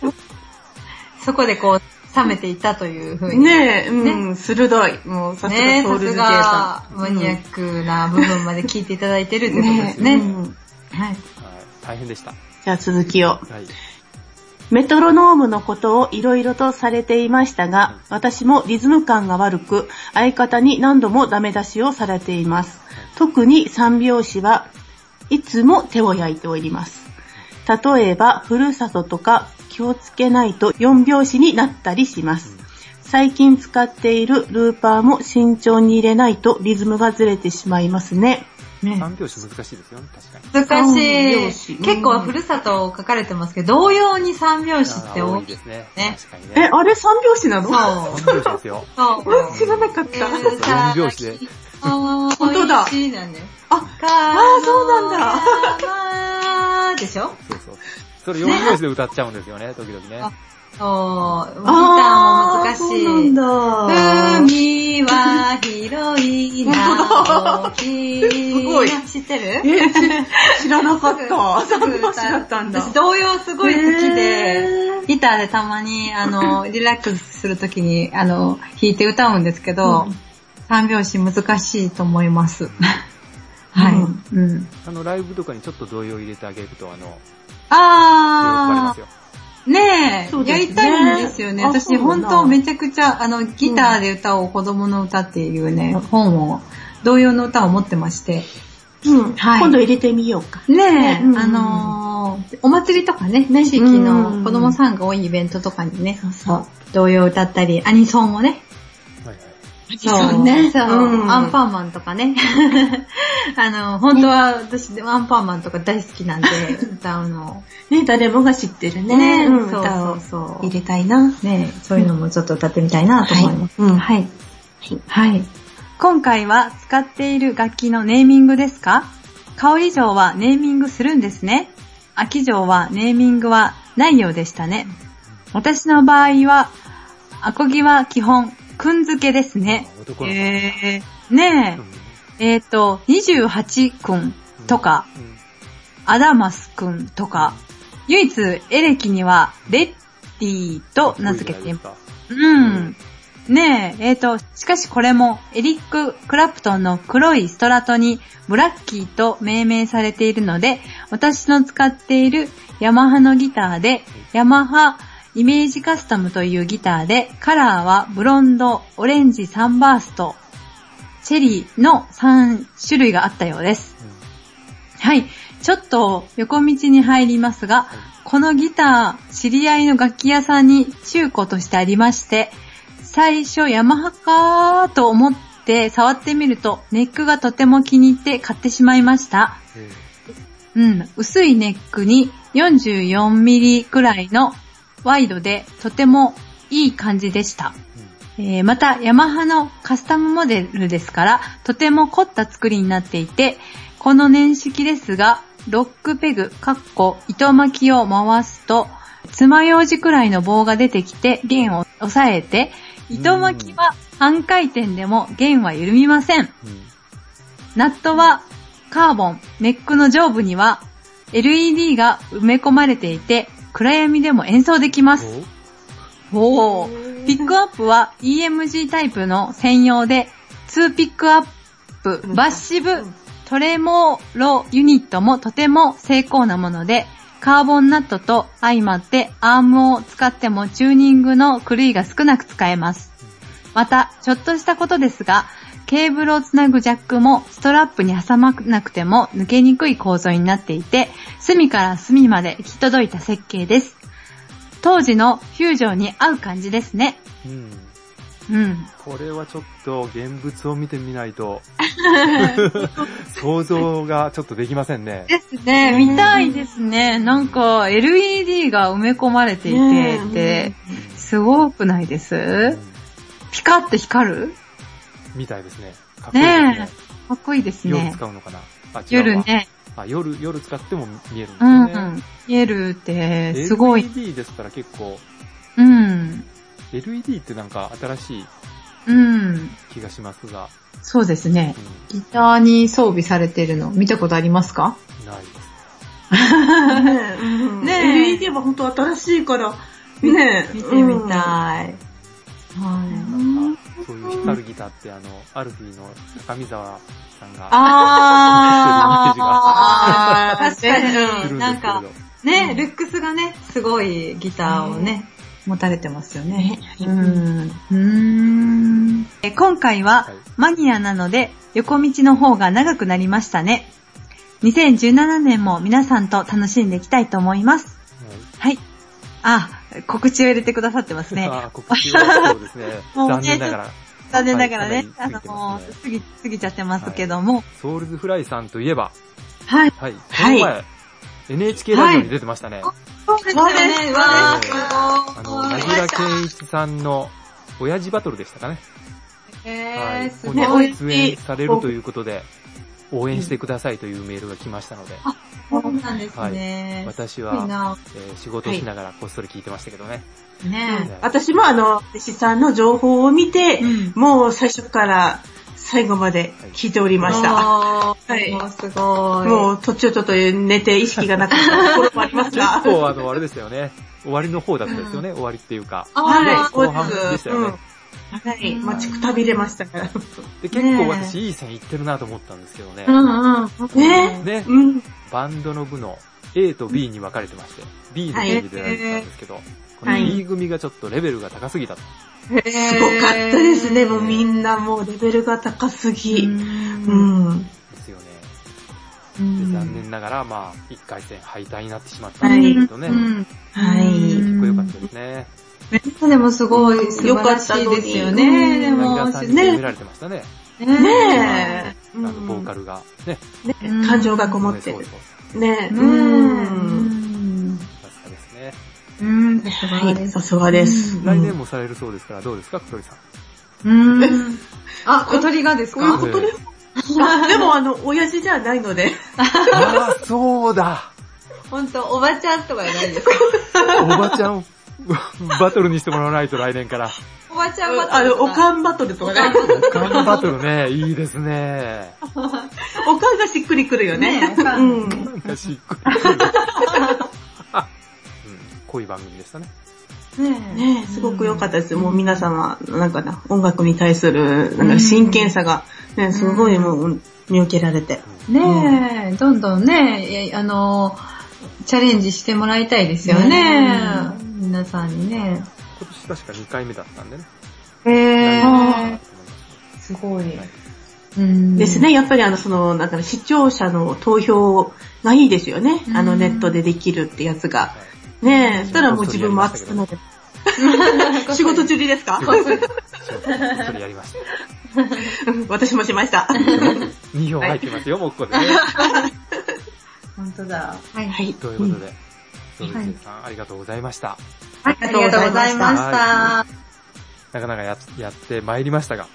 Speaker 3: そこでこう、冷めていたというふうに。
Speaker 2: ねえ、うん、鋭い。もう、さす
Speaker 3: ね
Speaker 2: が
Speaker 3: え、
Speaker 2: ソ
Speaker 3: さ
Speaker 2: ウル
Speaker 3: す
Speaker 2: ズ J さ
Speaker 3: が
Speaker 2: ん。
Speaker 3: マニアックな部分まで聞いていただいてるということで
Speaker 2: ね
Speaker 3: す
Speaker 2: え、
Speaker 3: ね。
Speaker 2: うん
Speaker 3: はい。
Speaker 1: はい大変でした。
Speaker 2: じゃあ続きを。
Speaker 1: はい。
Speaker 2: メトロノームのことをいろいろとされていましたが、私もリズム感が悪く、相方に何度もダメ出しをされています。特に三拍子はいつも手を焼いております。例えば、ふるさととか気をつけないと四拍子になったりします。最近使っているルーパーも慎重に入れないとリズムがずれてしまいますね。
Speaker 3: ね
Speaker 1: 3拍子難しいですよね、確かに。
Speaker 3: 難し
Speaker 2: 三拍子
Speaker 3: い。
Speaker 2: うん
Speaker 3: 結構ふるさとを書かれてますけど、同様に三拍子って
Speaker 1: あー
Speaker 3: 多
Speaker 1: 多い
Speaker 3: い。
Speaker 1: ですね。
Speaker 3: ね
Speaker 1: 確かに
Speaker 2: え、
Speaker 1: ね。
Speaker 2: あれ三拍子なの
Speaker 3: そう。
Speaker 1: 3拍子ですよ。
Speaker 3: そう。
Speaker 2: 知らなかっ
Speaker 3: え
Speaker 2: た。
Speaker 3: ー
Speaker 1: 三拍子で。
Speaker 3: あー、
Speaker 2: 本当だ
Speaker 3: 美味しいなんだよ。あ
Speaker 2: あ、ーそうなん
Speaker 3: だ。でしょ
Speaker 1: そうそう。それ4拍子で歌っちゃうんですよね、時々ね。
Speaker 3: あそう、ギターも難しい。
Speaker 2: そうなんだ。
Speaker 3: 海は広いな、大きい
Speaker 2: すごい
Speaker 3: な。知ってる
Speaker 2: え、知知らなかった。
Speaker 3: す
Speaker 2: サ
Speaker 3: ぐ
Speaker 2: ン拍子だったんだ。
Speaker 3: 私童謡すごい好きで、
Speaker 2: へー
Speaker 3: ギターでたまに、あの、リラックスするときに、あの、弾いて歌うんですけど、
Speaker 2: うん
Speaker 3: 三拍子難しいと思います。はい。
Speaker 2: うん
Speaker 3: うん。
Speaker 1: あの、ライブとかにちょっと動揺入れてあげると、あの、喜ばれま
Speaker 3: あ
Speaker 1: すよ。
Speaker 3: ー、ねえ、
Speaker 2: そうで
Speaker 3: や
Speaker 2: すね
Speaker 3: りたいんですよね。
Speaker 2: あ
Speaker 3: 私、
Speaker 2: そうなん
Speaker 3: 本
Speaker 2: だ
Speaker 3: 当めちゃくちゃ、あの、ギターで歌を子供の歌っていうね、本を、童謡の歌を持ってまして、
Speaker 2: うん。
Speaker 3: はい
Speaker 2: 今度入れてみようか。
Speaker 3: ねえ、
Speaker 2: うん
Speaker 3: あのーお祭りとかね、地域の子供さんが多いイベントとかにね、
Speaker 2: そうそう。
Speaker 3: 童謡歌ったり、アニソンをね、
Speaker 1: はいはい。
Speaker 3: そうね。そう、
Speaker 2: うん
Speaker 3: アンパンマンとかね。 あの、本当は私、アンパンマンとか大好き なんで、歌うの。
Speaker 2: ね、誰もが知ってるね。
Speaker 3: ね、
Speaker 2: うん
Speaker 3: そう
Speaker 2: 歌
Speaker 3: そ
Speaker 2: を
Speaker 3: うそう。
Speaker 2: 入れたいな。
Speaker 3: ね、そういうのもちょっと歌ってみたいなと思います。
Speaker 2: うん
Speaker 3: はい。はい。今回は使っている楽器のネーミングですか香り上はネーミングするんですね。秋上はネーミングはないようでしたね。私の場合は、アコギは基本、くんづけですね。
Speaker 1: 男の子。
Speaker 3: えー、ねえ、えっ、と、28くん
Speaker 1: うん
Speaker 3: とか、、アダマスくんとか、唯一エレキにはレッティと名付けていま
Speaker 1: す。
Speaker 3: す。うん。ねえ、えっ、と、しかしこれも、エリック・クラプトンの黒いストラトに、ブラッキーと命名されているので、私の使っているヤマハのギターで、ヤマハイメージカスタムというギターで、カラーはブロンド、オレンジ、サンバースト、チェリーの3種類があったようです。はい。ちょっと横道に入りますが、このギター、知り合いの楽器屋さんに中古としてありまして、最初ヤマハかーと思って触ってみると、ネックがとても気に入って買ってしまいました。
Speaker 1: うん
Speaker 3: うん、薄いネックに 44mm くらいのワイドでとてもいい感じでした。えーまた、ヤマハのカスタムモデルですから、とても凝った作りになっていて、この年式ですが、ロックペグ、かっこ、糸巻きを回すと、爪楊枝くらいの棒が出てきて、弦を押さえて、糸巻きは半回転でも弦は緩みません。
Speaker 1: うん
Speaker 3: ナットはカーボン、ネックの上部には LED が埋め込まれていて、暗闇でも演奏できます。おーピックアップは EMG タイプの専用で、2ピックアップ、バッシブ、トレモロユニットもとても精巧なもので、カーボンナットと相まってアームを使ってもチューニングの狂いが少なく使えます。また、ちょっとしたことですが、ケーブルをつなぐジャックもストラップに挟まなくても抜けにくい構造になっていて、隅から隅まで行き届いた設計です。当時のフュージョンに合う感じですね。
Speaker 1: おうん。
Speaker 3: うん。
Speaker 1: これはちょっと現物を見てみない と、想像がちょっとできませんね。
Speaker 3: ですね、見たいですね。なんか LED が埋め込まれていて
Speaker 2: ね
Speaker 3: っ
Speaker 2: え
Speaker 3: て、すごくないで
Speaker 1: う
Speaker 3: す
Speaker 1: ん
Speaker 3: ピカって光る
Speaker 1: みたいですね。かっこいいですね
Speaker 3: ね。かっこいいです
Speaker 1: 夜
Speaker 3: ね。
Speaker 1: 使うのかなあ、違うわ
Speaker 3: 夜。ね、
Speaker 1: あ、夜、夜使っても見えるんです
Speaker 3: う
Speaker 1: よ
Speaker 3: ん、
Speaker 1: ね。
Speaker 3: うん。見えるって、すごい。
Speaker 1: LED ですから結構、
Speaker 3: うん。
Speaker 1: LED ってなんか新しい
Speaker 3: うん。
Speaker 1: 気がしますが、
Speaker 3: そうですね。
Speaker 1: う
Speaker 3: ギターに装備されてるの見たことありますか
Speaker 1: ん、ないです。
Speaker 2: ね
Speaker 3: ねえ
Speaker 2: LED は本当新しいから、ねえ
Speaker 3: 見てみたい。はい。
Speaker 1: なんか、そういう光るギターってあの、アルフィーの高見沢さんが、
Speaker 3: あ
Speaker 1: ー
Speaker 3: あ ー、確
Speaker 1: す
Speaker 3: か
Speaker 1: る
Speaker 3: に。
Speaker 1: んです
Speaker 3: な
Speaker 1: けれ
Speaker 3: んか
Speaker 1: ど、。
Speaker 3: ね、ルックスがね、すごいギターをね、持たれてますよね。うん。うん。え今回は
Speaker 1: はい
Speaker 3: マニアなので、横道の方が長くなりましたね。2017年も皆さんと楽しんでいきたいと思います。はい。あ、告知を入れてくださってます ね。。
Speaker 1: あー告知はそうですね
Speaker 3: もうね
Speaker 1: 残念ながら。
Speaker 3: 残念ながら
Speaker 1: はい
Speaker 3: ね、
Speaker 1: か
Speaker 3: あ
Speaker 1: なり
Speaker 3: の
Speaker 1: 過ぎてますね
Speaker 3: 過ぎ、過ぎちゃってますけども。
Speaker 1: ソウルズフライさんといえば、
Speaker 3: はい。
Speaker 1: はい。こ
Speaker 2: は
Speaker 1: の
Speaker 2: い
Speaker 1: 前、NHK ラジオに出てましたね。
Speaker 3: そうです
Speaker 2: ねわ
Speaker 1: ーすごいあの、なぎらけんいちさんの、親父バトルでしたかね。
Speaker 3: えー、すご
Speaker 1: 本
Speaker 3: い。
Speaker 2: ね
Speaker 1: 日出演されるということで、応援してくださいというメールが来ましたので、
Speaker 3: そうなんですね。
Speaker 1: 私
Speaker 3: すごい
Speaker 1: は、
Speaker 3: な。
Speaker 1: えー仕事をしながらこっそり聞いてましたけどね。
Speaker 3: ね
Speaker 2: 私もあの、弟子さんの情報を見
Speaker 3: え。、
Speaker 2: て
Speaker 3: ん。
Speaker 2: もう最初から最後まで聞いておりました。
Speaker 3: あー
Speaker 2: はい
Speaker 3: もうすごい。
Speaker 2: もう途中ちょっと寝て意識がなかったところもあります
Speaker 1: 結
Speaker 2: が。
Speaker 1: 構あの、あれでしたよね。終わりの方だったですよね、終わりっていうか。
Speaker 3: あー、
Speaker 2: はい、
Speaker 1: 後半でしたよね
Speaker 2: うんはい、待ちくたびれましたから。
Speaker 1: で、結構
Speaker 3: ね
Speaker 1: 私いい線いってるなと思ったんですけどね。
Speaker 3: うんうん。
Speaker 2: ね
Speaker 1: ね、
Speaker 2: うん。
Speaker 1: バンドの部の A と B に分かれてまして、B の組で出られてたんですけど、この
Speaker 2: はい
Speaker 1: B 組がちょっとレベルが高すぎたと。
Speaker 2: すごかったですね。もうみんなもうレベルが高すぎ。う。
Speaker 3: うん
Speaker 1: ですよね。で
Speaker 3: ん。
Speaker 1: 残念ながら、まあ、1回戦敗退になってしまったんですけどね。
Speaker 3: うん。
Speaker 2: は
Speaker 3: うん
Speaker 2: い。
Speaker 1: 結構良かったですね。
Speaker 3: でもすごい素晴らしいですよね。で
Speaker 2: うん
Speaker 1: 柳
Speaker 3: も、
Speaker 1: 川さんに責められてましたね。
Speaker 2: ねえ。
Speaker 1: あの、ボーカルが。ね。
Speaker 2: ね感情がこもって
Speaker 1: そう
Speaker 2: る
Speaker 1: そ。う
Speaker 2: ねえ。
Speaker 3: ねえ。
Speaker 2: うん。
Speaker 1: さすがですね。
Speaker 3: うん。さすが
Speaker 2: は
Speaker 3: で
Speaker 2: い、さ
Speaker 3: す。
Speaker 2: すがです。
Speaker 1: 来年もされるそうですから、どうですか、小鳥さん。
Speaker 3: うん。あ、小鳥がですか
Speaker 2: 本当ですあでもあの、親父じゃないので。
Speaker 1: ああ、そうだ。
Speaker 3: 本当おばちゃんとかじゃない ですか
Speaker 1: おばちゃん、 バトルにしてもらわないと来年から。
Speaker 3: おばちゃんは
Speaker 2: あの、おかんバトルとかね。
Speaker 1: おかんバトルね、いいですね。
Speaker 2: おかんがしっくりくるよね。
Speaker 3: ねおか
Speaker 2: うんん。
Speaker 1: なんかしっくり くる。うん、濃い番組でしたね。
Speaker 3: ね
Speaker 2: ねえ、すごく良かったです。もう皆様、なんかな、音楽に対する、なんか真剣さが、ね、すごいもう、見受けられて。
Speaker 3: ねえ、どんどんね、えあの、チャレンジしてもらいたいですよね。皆さんにね。
Speaker 1: 今年確か2回目だったんでね。
Speaker 3: へえ
Speaker 1: 来年かなと思います
Speaker 3: ごい。
Speaker 2: で
Speaker 3: です
Speaker 2: ね、。やっぱりあの、その、なんか視聴者の投票がいいですよね
Speaker 3: う。ん
Speaker 2: あの、ネットでできるってやつが。
Speaker 1: はい
Speaker 2: ねえ、そしたらもう自分も熱くなる。仕事中にですか
Speaker 1: こっそりこっそりやりました。
Speaker 2: うん 私もしました。
Speaker 1: 2票入ってますよ、もうここでね。
Speaker 3: 本当だ。はい。
Speaker 2: はい。
Speaker 1: ということで、ドルチェさん、ありがとうございました。
Speaker 3: ありがとうございました。
Speaker 1: なかなかややってまいりましたが、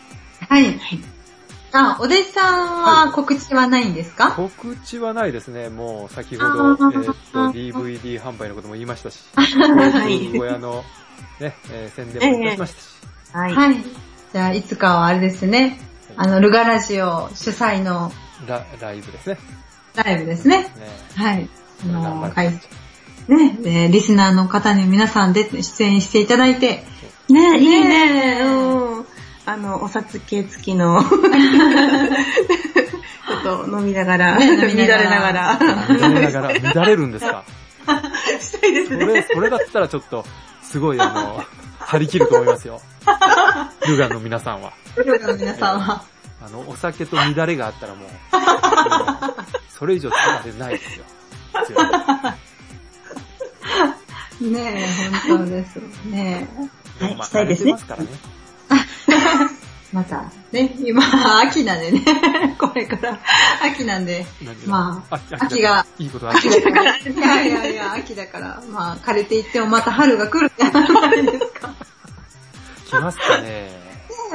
Speaker 3: はい。あ、お弟子さんは告知はないんですか
Speaker 1: 告知はないですね。もう先ほ
Speaker 3: あ
Speaker 1: ど、え
Speaker 3: ー
Speaker 1: ーっと、DVD 販売のことも言いましたし、
Speaker 2: はい
Speaker 1: 小屋の、ね、えー宣伝もいたしましたし、
Speaker 2: はい。
Speaker 3: はい。じゃあ、いつかはあれですね。あの、ルガラジオ主催の
Speaker 1: ラライブですね。
Speaker 3: ライブですね。
Speaker 1: ね
Speaker 3: はい。あ
Speaker 1: 頑張
Speaker 3: の、
Speaker 1: り
Speaker 3: 会ね、えーリスナーの方に皆さんで出演していただいて、
Speaker 2: ねえ、いい
Speaker 3: ね
Speaker 2: ね
Speaker 3: え
Speaker 2: うん。あの、お札系付 きの、ちょっと飲みながら、
Speaker 3: ね
Speaker 2: 乱
Speaker 3: 飲み
Speaker 2: れ
Speaker 3: ながら
Speaker 2: ながら、
Speaker 1: 乱れながら、乱れるんですか
Speaker 2: したいで
Speaker 1: そ
Speaker 2: す
Speaker 1: れ、
Speaker 2: ね。
Speaker 1: それだったらちょっと、すごいあの、 張り切ると思いますよ。ルガンの皆さんは。
Speaker 3: ルガの皆さんは。
Speaker 1: あの、お酒と乱れがあったらもう、も うそれ以上力出ないですよ。
Speaker 3: ねえ、本当です。ねえ。
Speaker 2: はいしたいです
Speaker 1: 慣れて
Speaker 2: ね
Speaker 1: ますからね。
Speaker 3: また、ね、今、秋なんでね、 これから秋なんで、ま
Speaker 1: あ、
Speaker 3: あ秋が、
Speaker 1: いいことある。
Speaker 3: だから、いやいやいや、秋だから、まあ、枯れていってもまた春が来 るじゃないですか。ね
Speaker 1: 来ますか ね。
Speaker 3: え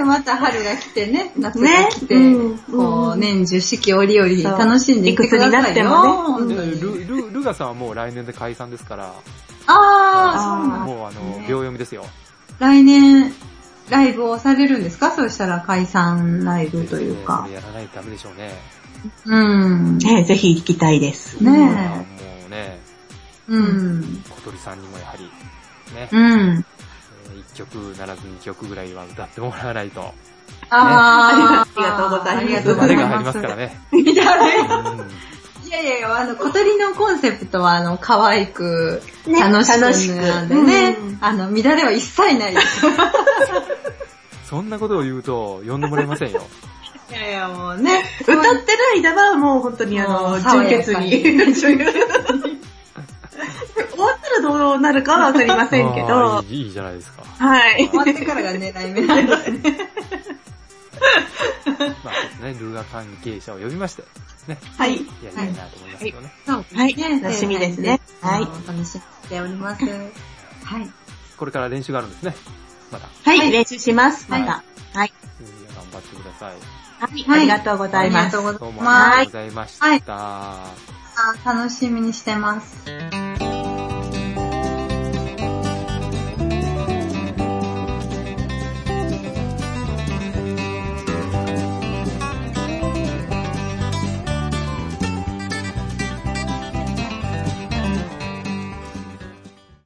Speaker 3: また春が来てね、夏
Speaker 2: ね
Speaker 3: が来て、
Speaker 2: うん
Speaker 3: こ
Speaker 2: う
Speaker 3: う、
Speaker 2: ん
Speaker 3: 年中四季折
Speaker 2: そ
Speaker 3: 々
Speaker 2: う
Speaker 3: 楽しんでいってくださ
Speaker 2: いくつになっ
Speaker 3: い
Speaker 2: て
Speaker 3: よ。
Speaker 2: も
Speaker 3: 本当
Speaker 1: ル、
Speaker 3: に
Speaker 1: ル、ルガさんはもう来年で解散ですから、
Speaker 3: ああ、そうなんだ
Speaker 1: もうあの、
Speaker 3: ね
Speaker 1: 秒読みですよ。
Speaker 3: 来年、ライブをされるんですかそうしたら解散ライブという
Speaker 1: そ
Speaker 3: か
Speaker 1: れ。やらないとダメでしょうね。
Speaker 3: うん。ね
Speaker 2: ねえぜひ行きたいです。
Speaker 1: まあも
Speaker 3: え。
Speaker 1: うね、
Speaker 3: うん。
Speaker 1: 小鳥さんにもやはり、ね、
Speaker 3: うん。
Speaker 1: えー一曲ならず二曲ぐらいは歌ってもらわないと、
Speaker 3: あ
Speaker 2: ありがとうございます
Speaker 3: ありがとうござ
Speaker 1: 誰
Speaker 3: い
Speaker 1: が
Speaker 3: ます。
Speaker 1: 入りますからね。
Speaker 3: 見た
Speaker 1: うん
Speaker 3: 目いやいやいや、あの、小鳥のコンセプトは、あの、可愛く、
Speaker 2: ね
Speaker 3: 楽しく、
Speaker 2: 楽しく
Speaker 3: なんでね
Speaker 2: うん、
Speaker 3: あの、乱れは一切ない です。
Speaker 1: そんなことを言うと、呼んでもらえませんよ。
Speaker 3: いやいや、もうね、
Speaker 2: 歌ってる間はもう本当にあ
Speaker 3: もう
Speaker 2: の、
Speaker 3: 爽
Speaker 2: 純
Speaker 3: や
Speaker 2: 潔
Speaker 3: かに
Speaker 2: に。純潔に 終わったらどうなるかはわかりませんけ
Speaker 1: あ
Speaker 2: ど
Speaker 1: ー、いいいいじゃないですか。
Speaker 2: はい。
Speaker 3: 終わってからが狙い目なんですね。
Speaker 1: まあそうですね、ルーガ関係者を呼びまして、ね、
Speaker 2: はい。
Speaker 1: やりたいなと思いますけどね。
Speaker 3: そう
Speaker 2: はい
Speaker 3: ね
Speaker 2: 楽しみですね
Speaker 3: はい。
Speaker 2: はい
Speaker 3: 楽しみにしております。はい。
Speaker 1: これから練習があるんですね。まだ。
Speaker 2: はい、練習します。
Speaker 1: はい
Speaker 2: また。はい。
Speaker 1: 頑張ってください。
Speaker 2: はい、ありがとうございます。
Speaker 3: ありがとうござ
Speaker 1: どう
Speaker 3: い
Speaker 1: もあ
Speaker 3: ま
Speaker 1: りがとう
Speaker 3: す
Speaker 1: ございました。
Speaker 3: 楽しみにしてます。